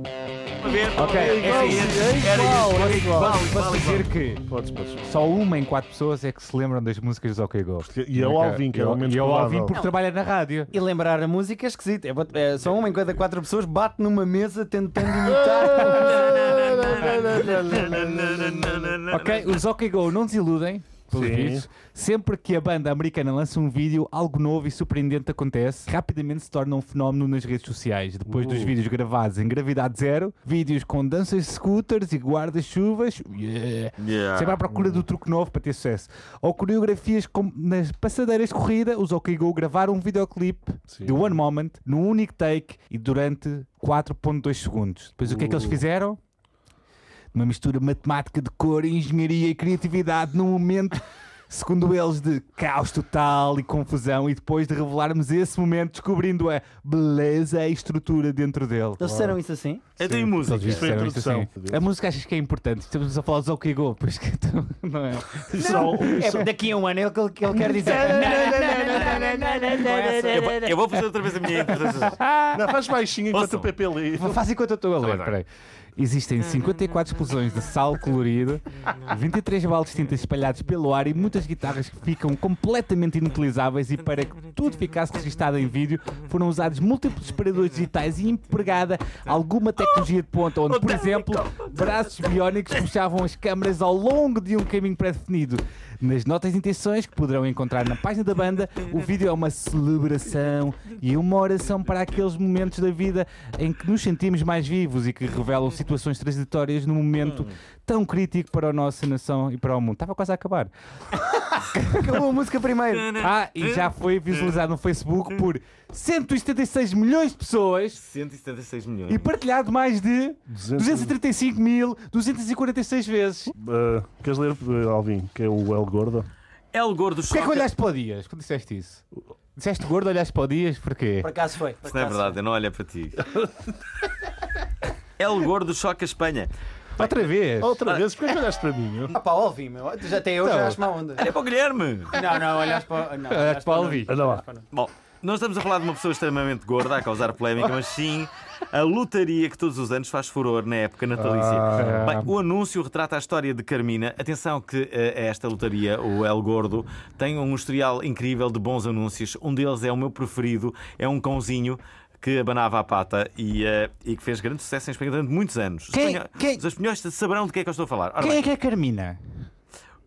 ver?
Ok,
Era
é assim,
isso,
é
era
igual,
isso,
é
era
igual.
igual,
Posso
igual, igual.
dizer que
Podes, podes.
só uma em quatro pessoas é que se lembram das músicas do Ok Go.
Porque- e é o Alvin, que era o menos
E é o
provável.
Alvin porque
Não.
trabalha na rádio.
E lembrar a música é esquisito. É, bot- é, só uma em cada quatro pessoas bate numa mesa tentando imitar.
Ok, os OK Go não desiludem, pelos
Sim.
vistos. Sempre que a banda americana lança um vídeo, algo novo e surpreendente acontece. Rapidamente se torna um fenómeno nas redes sociais. Depois dos vídeos gravados em gravidade zero, vídeos com danças de scooters e guarda-chuvas. yeah, Sempre à procura do truque novo para ter sucesso. Ou coreografias como nas passadeiras de corrida, os OK Go gravaram um videoclipe
Sim.
de One Moment, num único take e durante 4.2 segundos. Depois o que é que
Uh.
eles fizeram? Uma mistura matemática de cor, engenharia e criatividade num momento, segundo eles, de caos total e confusão. E depois de revelarmos esse momento, descobrindo a beleza e a estrutura dentro dele.
Eles disseram isso assim?
Então e música?
Eles
Isso foi a
disseram isto
introdução.
assim. A música achas que é importante? Estamos a falar dos OK Go, pois que então, não é?
Só-
É porque daqui a um ano é o que ele- que ele quer dizer.
Eu vou- Eu vou fazer outra vez a minha introdução.
Não, faz baixinho enquanto
Ouçam.
o PP lê.
Vou- Faz enquanto eu estou a
Tá
ler.
bem, tá
peraí. Existem 54 explosões de sal colorido, 23 baldes de tinta espalhados pelo ar e muitas guitarras que ficam completamente inutilizáveis. E para que tudo ficasse registado em vídeo, foram usados múltiplos disparadores digitais e empregada alguma tecnologia de ponta, onde, é por exemplo, braços biónicos puxavam as câmaras ao longo de um caminho pré-definido. Nas notas de intenções que poderão encontrar na página da banda, o vídeo é uma celebração e uma oração para aqueles momentos da vida em que nos sentimos mais vivos e que revelam situações transitórias num momento tão crítico para a nossa nação e para o mundo. Estava quase a acabar.
Acabou a música primeiro.
Ah, e já foi visualizado no Facebook por 176 milhões de pessoas
176
e
milhões.
partilhado mais de
200...
235.246 vezes.
Ah, queres ler, eh, Alvin, que é o El Gordo?
El Gordo
Porquê é que
choca.
olhaste para o Dias quando disseste isso? Disseste gordo, olhaste para o Dias, porquê?
Por acaso foi. por
Isso não é
acaso
verdade, eu não olho para ti. El Gordo choca a Espanha.
Outra vez.
Outra vez, porque é que olhaste para mim? Eu-
foi. Ah pá, Olvi, meu. Já até eu já acho má onda.
Olha para o Guilherme.
Então. Não, não, olhas para. Não,
Olhaste para o Alvi.
Anda lá.
Bom, nós estamos a falar de uma pessoa extremamente gorda a causar polémica, mas sim a lotaria que todos os anos faz furor na época natalícia.
é.
Ah.
Bem, o anúncio retrata a história de Carmina. Atenção que eh, esta lotaria, o El Gordo, tem um historial incrível de bons anúncios. Um deles é o meu preferido, é um cãozinho que abanava a pata e, eh, e que fez grande sucesso em Espanha durante muitos anos. Os
Quem-
espanhol-
quem-
Os espanhóis saberão de que é que eu estou a falar. Ora
Quem
bem,
é que é a Carmina?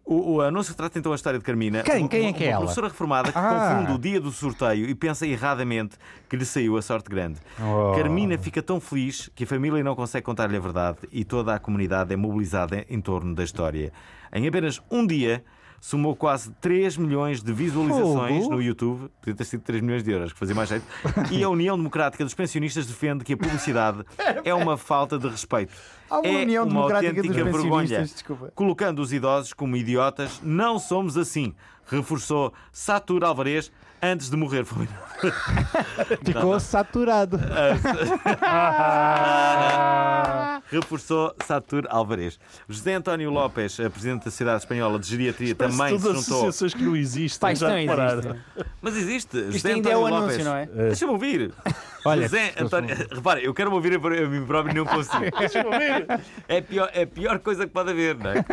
o, o anúncio trata então a história de Carmina.
Quem?
Uma-
Quem é que é
uma
ela?
professora reformada que
Ah.
confunde o dia do sorteio e pensa erradamente que lhe saiu a sorte grande.
Oh.
Carmina fica tão feliz que a família não consegue contar-lhe a verdade e toda a comunidade é mobilizada em torno da história. Em apenas um dia. Somou quase 3 milhões de visualizações
Fogo.
no YouTube, podia ter sido 3 milhões de euros, que fazia mais jeito, e a União Democrática dos Pensionistas defende que a publicidade é uma falta de respeito.
Há uma
é
União
uma
Democrática dos
autêntica vergonha.
Pensionistas, desculpa.
Colocando os idosos como idiotas, não somos assim, reforçou Satur Alvarez antes de morrer. Foi-
Ficou saturado.
reforçou Satur Alvarez. José António Lopes, eh, presidente da Sociedade Espanhola de Geriatria,
Parece
também se
todas
juntou.
associações que não existem.
Pá, isto
já
não
repararam?
existe.
Mas existe.
Isto
José
ainda é o
António
anúncio,
Lopes.
não é?
Deixa-me ouvir.
Olha,
José António. Repara, eu quero me ouvir a mim próprio e não consigo. Deixa-me ouvir. É a pior, é a pior coisa que pode haver, não é?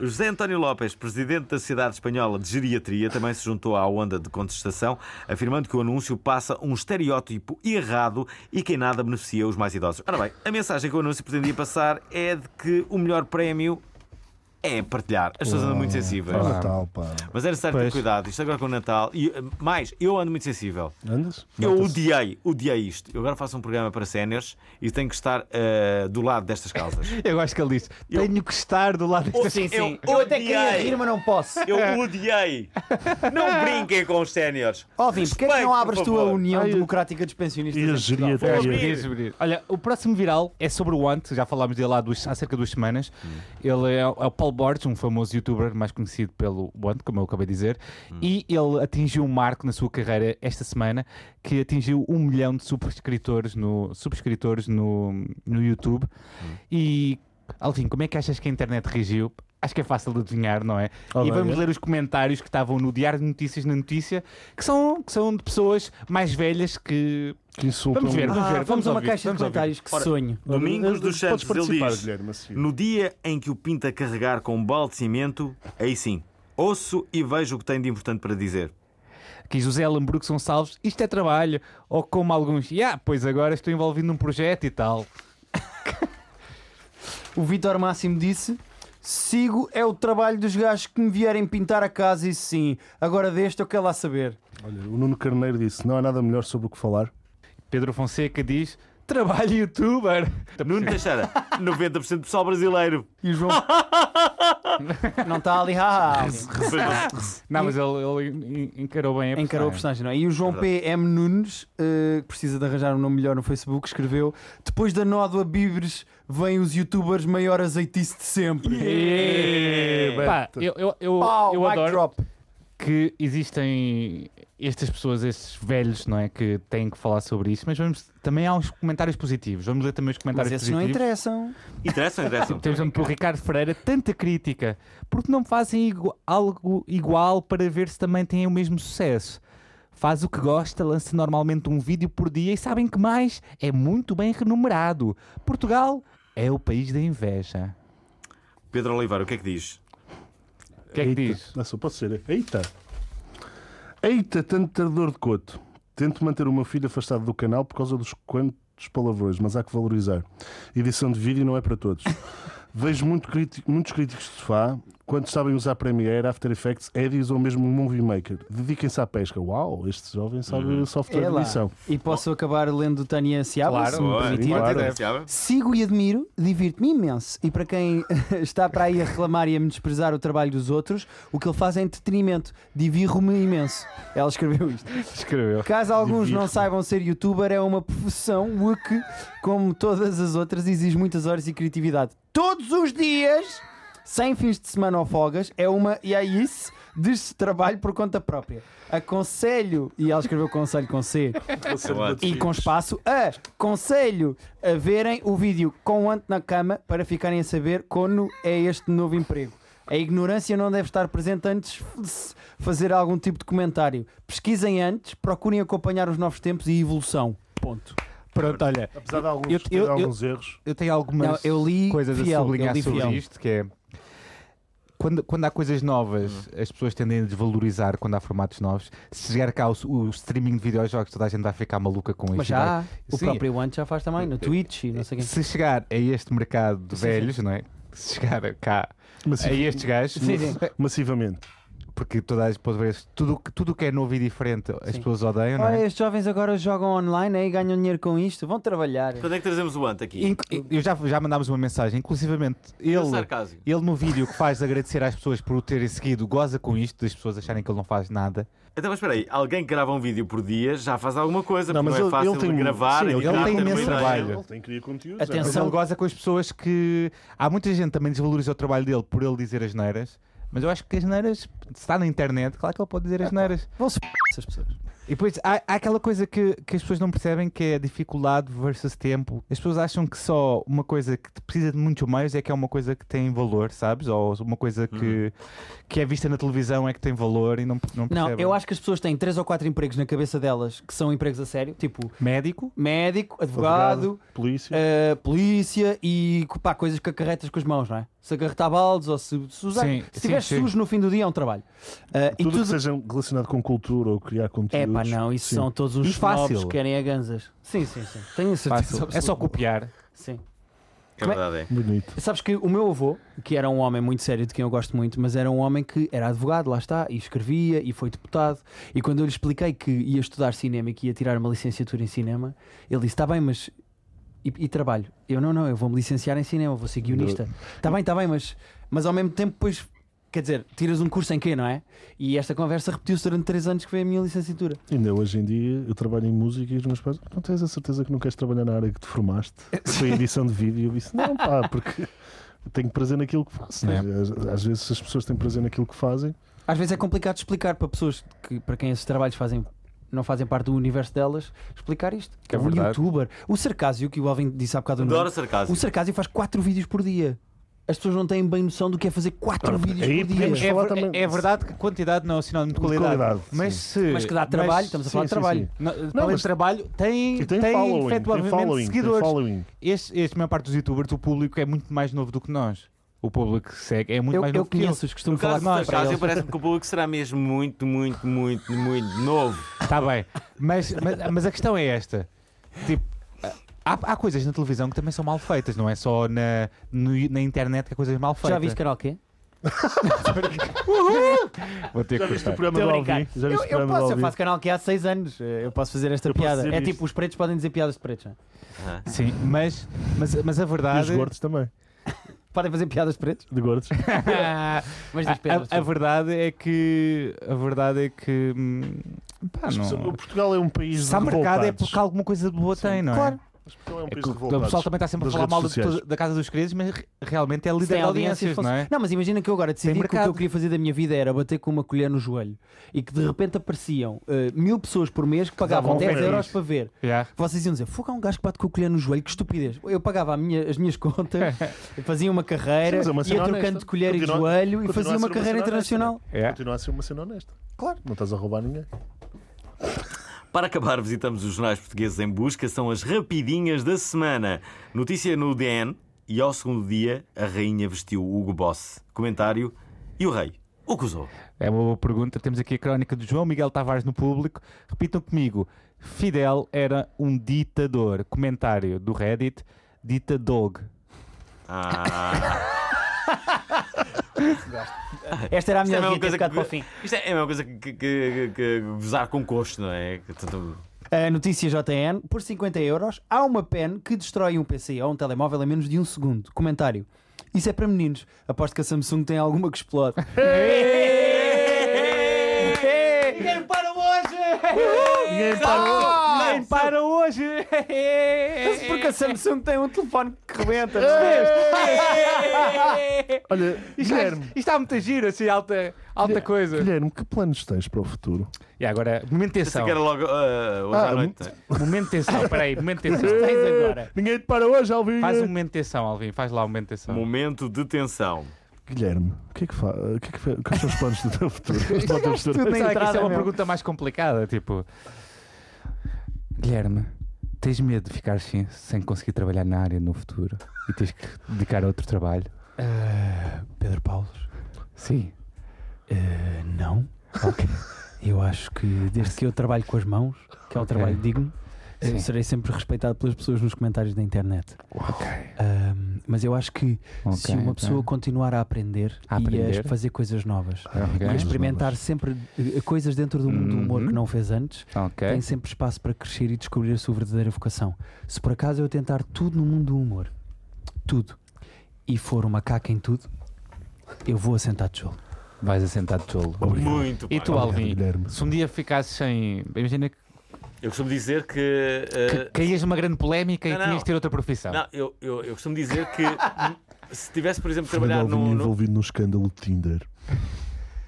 O José António Lopes, presidente da Sociedade Espanhola de Geriatria, também se juntou à onda de contestação, afirmando que o anúncio passa um estereótipo errado e que em nada beneficia os mais idosos. Ora bem, a mensagem que o anúncio pretendia passar é de que o melhor prémio é partilhar. As pessoas andam muito sensíveis.
É Natal, pá.
Mas é necessário ter
Pois.
cuidado, isto agora com o Natal. E, eh, mais, eu ando muito sensível.
Andas?
Eu
Nota-se.
odiei, odiei isto. Eu agora faço um programa para séniores e tenho que estar eh, do lado destas causas.
Eu gosto que ele disse: tenho que estar do lado desta
Sim, sim.
Eu
Eu até queria
odiei.
rir, mas não posso.
Eu odiei! Não brinquem com os séniores!
Óbvio, porque é que não
Respeito,
abres
por
tu a
favor.
União
Ai, eu-
Democrática dos Pensionistas?
E a
em Portugal?
é,
Vou
geriatria.
ouvir.
Olha, o próximo viral é sobre o Ant, já falámos dele há, duas- há cerca de duas semanas. Ele é, o- é o Paul Borges, um famoso youtuber mais conhecido pelo Ant, como eu acabei de dizer, e ele atingiu um marco na sua carreira esta semana que atingiu um milhão de subscritores no, subscritores no, no YouTube. E, Alvin, como é que achas que a internet reagiu? Acho que é fácil de adivinhar, não é?
Ah,
e
bem,
vamos
é.
ler os comentários que estavam no Diário de Notícias na Notícia, que são, que são de pessoas mais velhas que
que insultam.
Vamos ver.
Ah,
ver,
vamos,
vamos
a uma
ouvir,
caixa de
vamos ouvir.
comentários. Que
Ora,
sonho.
Domingos dos
Podes
Santos, ele
participar,
diz:
Guilherme, a seguir.
No dia em que o Pinta carregar com um balde de cimento, aí sim, ouço e vejo o que tem de importante para dizer.
que José Lambrux são salvos, isto é trabalho, ou como alguns, yeah, pois agora estou envolvido num projeto e tal.
O Vitor Máximo disse: Sigo é o trabalho dos gajos que me vierem pintar a casa e sim. Agora deste eu quero lá saber.
Olha, o Nuno Carneiro disse: não há nada melhor sobre o que falar.
Pedro Fonseca diz: trabalho youtuber.
Então,
Nuno Teixeira, 90% do pessoal brasileiro.
E o João. não está ali, haha.
Não, mas ele, ele encarou bem a
Encarou a
personagem.
personagem, não é? E o João P.M. Nunes, eh, que precisa de arranjar um nome melhor no Facebook, escreveu: Depois da nódoa Bibres, vêm os youtubers maior azeitice de sempre.
Ê, Pá, eu, eu, eu,
Pau,
eu
mic
adoro
drop.
que existem estas pessoas, esses velhos, não é? Que têm que falar sobre isso, mas vamos também há uns comentários positivos. Vamos ler também os
Mas
comentários
esses não
positivos.
interessam.
Interessam, interessam.
Temos um pelo Ricardo Freira tanta crítica porque não fazem igu- algo igual para ver se também têm o mesmo sucesso. Faz o que gosta, lança normalmente um vídeo por dia e sabem que mais é muito bem remunerado. Portugal é o país da inveja.
Pedro Oliveira, o que é que diz?
O que é que diz?
Não, só pode ser. Eita! Eita, tanto tardor de coto. Tento manter o meu filho afastado do canal por causa dos quantos palavrões, mas há que valorizar. Edição de vídeo não é para todos. Vejo muito criti- muitos críticos de sofá, quando sabem usar Premiere, After Effects, Edis ou mesmo Movie Maker. Dediquem-se à pesca. Uau, este jovem sabe software
É
de
lá.
edição.
E posso acabar lendo Tânia Seabra,
Claro,
se me
Ora,
permitirem?
pode
claro.
ser, Tiago?
Sigo e admiro, divirto-me imenso. E para quem está para aí a reclamar e a menosprezar o trabalho dos outros, o que ele faz é entretenimento. Divirro-me imenso. Ela escreveu isto.
Escreveu.
Caso alguns não
Divirro-me.
saibam ser youtuber, é uma profissão o que, como todas as outras, exige muitas horas e criatividade. Todos os dias, sem fins de semana ou folgas, é uma e é isso deste trabalho por conta própria. Aconselho, e ela escreveu conselho com C, e com espaço a conselho a verem o vídeo com ante na cama para ficarem a saber como é este novo emprego. A ignorância não deve estar presente antes de se fazer algum tipo de comentário. Pesquisem antes, procurem acompanhar os novos tempos e evolução. Ponto.
Pronto, olha,
Apesar de alguns,
Eu- eu-
de alguns erros,
eu tenho algumas
Não, eu li
coisas
fiel,
a sublinhar
eu li
sobre
fiel.
isto, que é quando, quando há coisas novas, as pessoas tendem a desvalorizar quando há formatos novos. Se chegar cá o, o streaming de videojogos, toda a gente vai ficar maluca com
Mas
isto.
já há. o
Sim. É,
próprio One já faz também, no Twitch e não sei quem.
Se chegar a este mercado de
Sim, sim.
velhos, não é? Se chegar cá a
massi-
estes gajos,
Sim, sim.
É- massivamente.
porque toda a gente pode ver tudo o que- tudo o que é novo e diferente as
Sim.
pessoas odeiam, não
Olha,
é?
estes jovens agora jogam online aí ganham dinheiro com isto, vão trabalhar.
Quando é que trazemos o Ant aqui?
Inc- Eu já, já mandámos uma mensagem, inclusivamente
É
ele
sarcasmo.
Ele no vídeo que faz agradecer às pessoas por o terem seguido, goza com isto, das pessoas acharem que ele não faz nada.
Então, mas espera aí, alguém que grava um vídeo por dia já faz alguma coisa,
Não,
porque
mas
não é
ele-
fácil
ele tem- um-
gravar,
sim, ele
editar,
tem
ter uma
imenso
ideia.
trabalho.
Ele tem que criar é conteúdo.
Mas
Atenção.
ele goza com as pessoas que. Há muita gente também desvaloriza o trabalho dele por ele dizer as neiras, mas eu acho que as neiras, se está na internet, claro que ele pode dizer as neiras.
Vão-se p... essas pessoas.
E depois há, há aquela coisa que, que as pessoas não percebem que é dificuldade versus tempo. As pessoas acham que só uma coisa que te precisa de muitos meios é que é uma coisa que tem valor, sabes? Ou uma coisa que,
Uhum.
que é vista na televisão é que tem valor e não, não
Não,
percebem.
eu acho que as pessoas têm três ou quatro empregos na cabeça delas que são empregos a sério, tipo
Médico?
médico, advogado,
Advogado, polícia.
eh, polícia e co- pá, coisas que acarretas com as mãos, não é? Se acarretar baldes ou se, se usar.
Sim,
se
sim,
estiveres
sim.
sujo no fim do dia é um trabalho. Eh,
tudo,
e
que
tudo.
seja relacionado com cultura ou criar
É
conteúdo.
pá, não, isso são todos
E
os snobs
fácil.
que querem a ganzas. Sim, sim, sim. Tenho a certeza.
Fácil. É só copiar.
Sim.
É verdade, é.
Bonito.
Sabes que o meu avô, que era um homem muito sério de quem eu gosto muito, mas era um homem que era advogado, lá está, e escrevia e foi deputado. E quando eu lhe expliquei que ia estudar cinema e que ia tirar uma licenciatura em cinema, ele disse: Está bem, mas. E, e trabalho? Eu não, não, eu vou me licenciar em cinema, vou ser guionista. Está bem, está bem, mas. Mas ao mesmo tempo, depois. Quer dizer, tiras um curso em quê, não é? E esta conversa repetiu-se durante três anos que foi a minha licenciatura.
Ainda hoje em dia eu trabalho em música e os meus pais, não tens a certeza que não queres trabalhar na área que te formaste? Foi edição de vídeo. Eu disse, não, pá, porque tenho prazer naquilo que faço. né?
É.
Às, às vezes as pessoas têm prazer naquilo que fazem.
Às vezes é complicado explicar para pessoas que, para quem esses trabalhos fazem, não fazem parte do universo delas, explicar isto.
Que é
um
verdade.
youtuber. O Sarcásio, que o Alvin disse há bocado no.
Adoro sarcasmo.
O Sarcásio faz 4 vídeos por dia. as pessoas não têm bem noção do que é fazer quatro vídeos
aí
por
podemos-
dia.
É,
falar
ver-
também-
é verdade que quantidade não é um sinónimo de
De
qualidade.
qualidade,
mas, se,
Mas que dá trabalho, estamos a falar de
sim,
trabalho.
Não,
Não,
além
mas-
de trabalho, tem,
E
tem,
tem, following, tem
efetivamente
following,
seguidores.
tem following.
Este, este, a maior parte dos youtubers, o público é muito mais novo do que nós. O público que segue é muito
Eu,
mais
eu
novo que eu.
conheço-os, costumo
No
falar
caso do
mais para
Tastácio,
eles.
parece-me que o público será mesmo muito, muito, muito, muito novo.
Está Tá bem. Mas, mas, mas a questão é esta. Tipo, há, há coisas na televisão que também são mal feitas, não é só na, no- na internet que há coisas mal feitas.
Já viste canal quê?
Vou ter que cortar.
programa
Estou a
do
brincar.
Alvin? Já
Eu,
viste o
eu
programa do
posso, eu
Alvin?
faço canal que há 6 anos. eh, Eu posso fazer esta
posso
piada.
dizer
é
isto.
tipo, os pretos podem dizer piadas de pretos. não é?
Sim, mas, mas, mas a
E
verdade.
os gordos também.
Podem fazer piadas de pretos,
De gordos.
Ah,
mas
A-
das pedras.
a, a verdade é que a verdade é que hum, pá,
As pessoas-
não.
o Portugal é um país
Se há mercado é
revoltados.
porque alguma coisa de boa tem, não é?
Claro.
Mas Portugal é um
É
país
que o- o
revoltado.
pessoal também está sempre a
das
falar
redes
mal de
sociais.
toda- da Casa dos Credos, mas re- realmente é líder
tem
de audiências,
fosse-
não é?
mas imagina que eu agora decidi
Tem
que o que
mercado.
eu queria fazer da minha vida era bater com uma colher no joelho e que de repente apareciam eh, mil pessoas por mês que pagavam
davam
10
férias.
euros para ver.
Yeah.
Vocês iam dizer, fogo, há um gajo que bate com a colher no joelho, que estupidez. Eu pagava a minha- as minhas contas, fazia uma carreira,
Sim, mas é uma
ia
cena honesta.
trocando de colher e de
Continua-
joelho e
continua
fazia
a ser
uma
uma
carreira
cena honesta, não é?
internacional.
Yeah.
Continua a ser uma cena honesta.
Claro.
Não estás a roubar ninguém.
Para acabar, visitamos os jornais portugueses em busca. São as rapidinhas da semana. Notícia no DN e ao segundo dia a rainha vestiu Hugo Boss. Comentário e o rei. O que usou?
É uma boa pergunta. Temos aqui a crónica de João Miguel Tavares no público. Repitam comigo: Fidel era um ditador. Comentário do Reddit: Ditadog.
Ah,
né?
Esta era a
isto é
minha
a mesma
vida,
coisa
ficado para o
que.
fim.
Isto é a mesma coisa que, que, que- que gozar com costo, não é? Que tanto-
A notícia JN, por 50 euros, há uma pen que destrói um PC ou um telemóvel em menos de um segundo. Comentário. Isso é para meninos. Aposto que a Samsung tem alguma que explode.
Ninguém para hoje!
Ninguém parou.
Ninguém para hoje!
Mas porque a Samsung tem um telefone que rebenta.
é?
É. Olha,
Isto
Guilherme,
está muito giro, assim, alta, alta coisa.
Guilherme, que planos tens para o futuro?
E agora, momento de
Pensei
tensão.
é que era logo ah, hoje
Ah,
à noite.
Momento de tensão, peraí, momento de tensão.
Tens agora.
Eh, Ninguém te para hoje, Alvin.
Faz um momento de tensão, Alvin, faz lá um momento de tensão.
Momento de tensão.
Guilherme, o que é que faz? O que é que fa- Quais são os planos do teu futuro? Quais são os planos do teu futuro?
Pensava que
entrada
isso é uma
mesmo.
pergunta mais complicada, tipo... Guilherme, tens medo de ficar sem, sem conseguir trabalhar na área no futuro e tens que dedicar a outro trabalho?
Ah, Pedro Paulos,
Sim.
eh, não. Ok. Eu acho que desde que eu trabalho com as mãos, que é um
Ok.
trabalho digno, eh,
Sim.
serei sempre respeitado pelas pessoas nos comentários da internet.
Ok.
Ahm, mas eu acho que se
ok,
uma pessoa
ok.
continuar a aprender,
A
e a
aprender.
fazer coisas novas,
Ok.
e a experimentar sempre eh, coisas dentro do mundo do humor
Uhum.
que não fez antes,
Ok.
tem sempre espaço para crescer e descobrir a sua verdadeira vocação. Se por acaso eu tentar tudo no mundo do humor, tudo, e for uma caca em tudo, eu vou assentar tijolo.
Vais assentar tolo.
Muito
E
bem.
tu, Alvin,
Guilherme.
se um dia ficasses sem... Imagina que
Eu costumo dizer que. ah,
que caías numa grande polémica
Não,
e tinhas
não.
de ter outra profissão.
Não, eu, eu, eu costumo dizer que se tivesse, por exemplo,
Fernando
trabalhado
Alvim
num. num-
envolvido num escândalo de Tinder.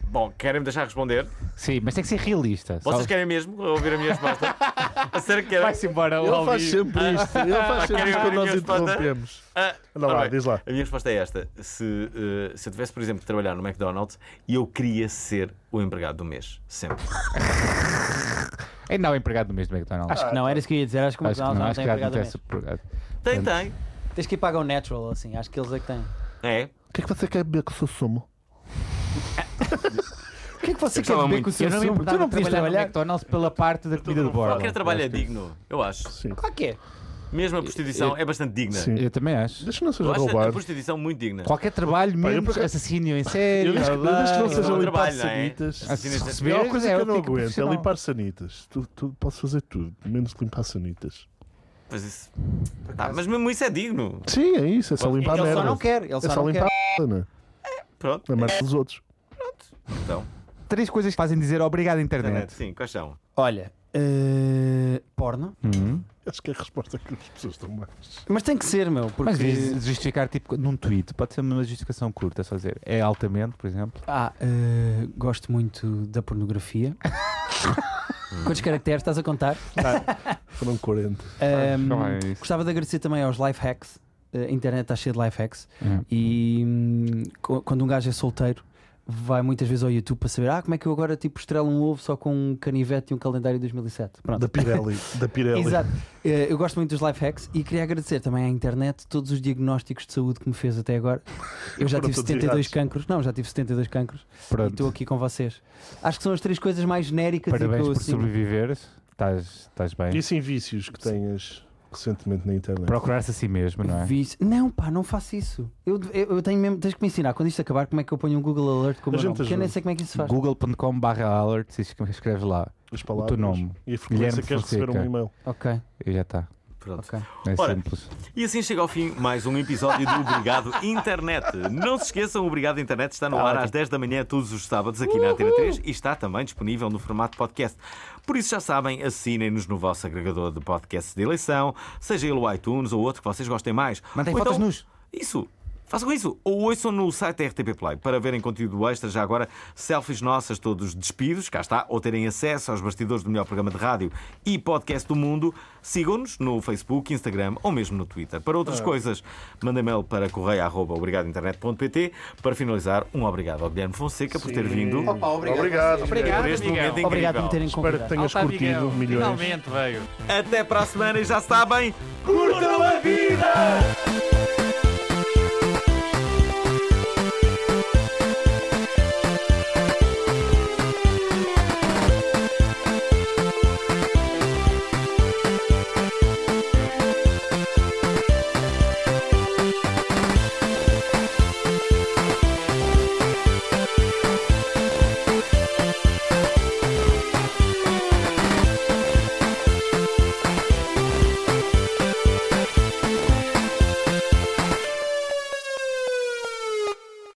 Bom, querem-me deixar responder?
Sim, mas tem que ser realista.
Vocês
Só-
querem mesmo ouvir a minha resposta? A sério que querem?
Vai-se embora,
Ele
Alvin.
faz sempre isto. Ele faz sempre
querem
isto quando
ouvir a
nós
minha resposta?
interrompemos.
Ah,
Anda
ora
lá,
bem,
diz lá.
A minha resposta é esta. Se, eh, se eu tivesse, por exemplo, de trabalhar no McDonald's, eu queria ser o empregado do mês. Sempre.
Ainda há um empregado no mês do McDonald's.
Acho que não, era isso que eu ia dizer. Acho que o
então. acho que
McDonald's
não,
não,
acho
tem
que há
empregado
não
a
tem
mês.
esse empregado.
Tem, tem.
Tens que ir pagar o natural, assim. Acho que eles é que têm.
É.
O que é que você quer beber com o seu sumo?
O que é que você
Eu gostava
quer beber
muito.
com o seu
Eu não me
sumo? Tu não
importava trabalhar,
podias
no
trabalhar?
McDonald's pela parte da comida de borda.
Qualquer trabalho é digno, eu acho.
Sim.
Claro que é.
Mesmo a prostituição é bastante digna.
Sim.
Eu também acho.
Deixa que não seja
Eu acho a
roubado.
prostituição muito digna.
Qualquer trabalho,
Pá, eu
menos
por acaso-
assassínio em sério.
Eu desde que, eu
blá,
desde que não
blá,
seja
sejam
um
blá.
trabalho,
limpar
não é?
sanitas.
Ah, Se
Assassino-
É
receberes,
uma coisa que
é
eu
ética
não aguento, é
profissional.
limpar sanitas. Tu, tu podes fazer tudo, menos limpar sanitas.
Mas, isso... Tá, mas mesmo isso é digno.
Sim, é isso, é só limpar
Ele
merda.
só não quer. Ele
É
só
só
não
limpar
quer.
a merda,
Pronto,
não é? A merda dos outros.
então.
Três coisas que fazem dizer obrigado à internet.
Sim, quais são?
Olha, eh, porno.
Uhum.
Acho que é a resposta que as pessoas estão mais.
Mas tem que ser, meu. Porque...
Mas devias justificar tipo num tweet. Pode ser uma justificação curta, só dizer. É altamente, por exemplo.
Ah, eh, gosto muito da pornografia. Quantos caracteres estás a contar? Ehm,
Foram 40.
Ahm,
não é isso.
gostava de agradecer também aos life hacks Eh, a internet está cheia de life hacks
É.
e hum, co- quando um gajo é solteiro, vai muitas vezes ao YouTube para saber ah, como é que eu agora tipo estrelo um ovo só com um canivete e um calendário de 2007. Pronto.
Da Pirelli. Da Pirelli.
Exato. Eh, Eu gosto muito dos life hacks e queria agradecer também à internet todos os diagnósticos de saúde que me fez até agora. Eu já
Foram
tive
todos
72
errados.
cancros. Não, já tive 72 cancros e estou
Pronto.
aqui com vocês. Acho que são as três coisas mais genéricas e
Parabéns
que eu
por
assim,
sobreviveres. Estás, estás bem.
E assim vícios que tenhas recentemente na internet.
Procurar-se a si
Tipo,
mesmo, não é?
vi- Não, pá, não faço isso. Eu, eu, eu tenho mesmo, tens que me ensinar quando isto acabar como é que eu ponho um Google Alert
A
com o meu
gente
nome, porque eu nem
ajuda.
sei como é que isso se faz.
google.com alert e escreves lá
As
o teu
palavras.
nome
E a frequência
Guilherme
que queres receber um
Fonseca.
e-mail.
Ok,
e já está.
Pronto.
ok.
É
Ora,
simples.
E assim chega ao fim mais um episódio do Obrigado Internet. Não se esqueçam, o Obrigado Internet está no ar às 10 da manhã todos os sábados aqui na Antena 3 e está também disponível no formato podcast. Por isso já sabem, assinem-nos no vosso agregador de podcasts de eleição, seja ele o iTunes ou outro que vocês gostem mais.
Mandem
Ou então
fotos nus.
Isso. Façam isso. Ou ouçam no site da RTP Play para verem conteúdo extra já agora, selfies nossas, todos despidos, cá está, ou terem acesso aos bastidores do melhor programa de rádio e podcast do mundo. Sigam-nos no Facebook, Instagram ou mesmo no Twitter. Para outras coisas, mandem mail para correia.obrigadointernet.pt. Para finalizar, um obrigado ao Guilherme Fonseca por ter vindo.
Obrigado.
Por
Obrigado,
este
Miguel.
momento incrível.
Obrigado por me terem
Espero que
convidado.
tenhas
Alta,
curtido
Miguel.
milhões.
Finalmente veio.
Até para a semana e já sabem, curtam a vida!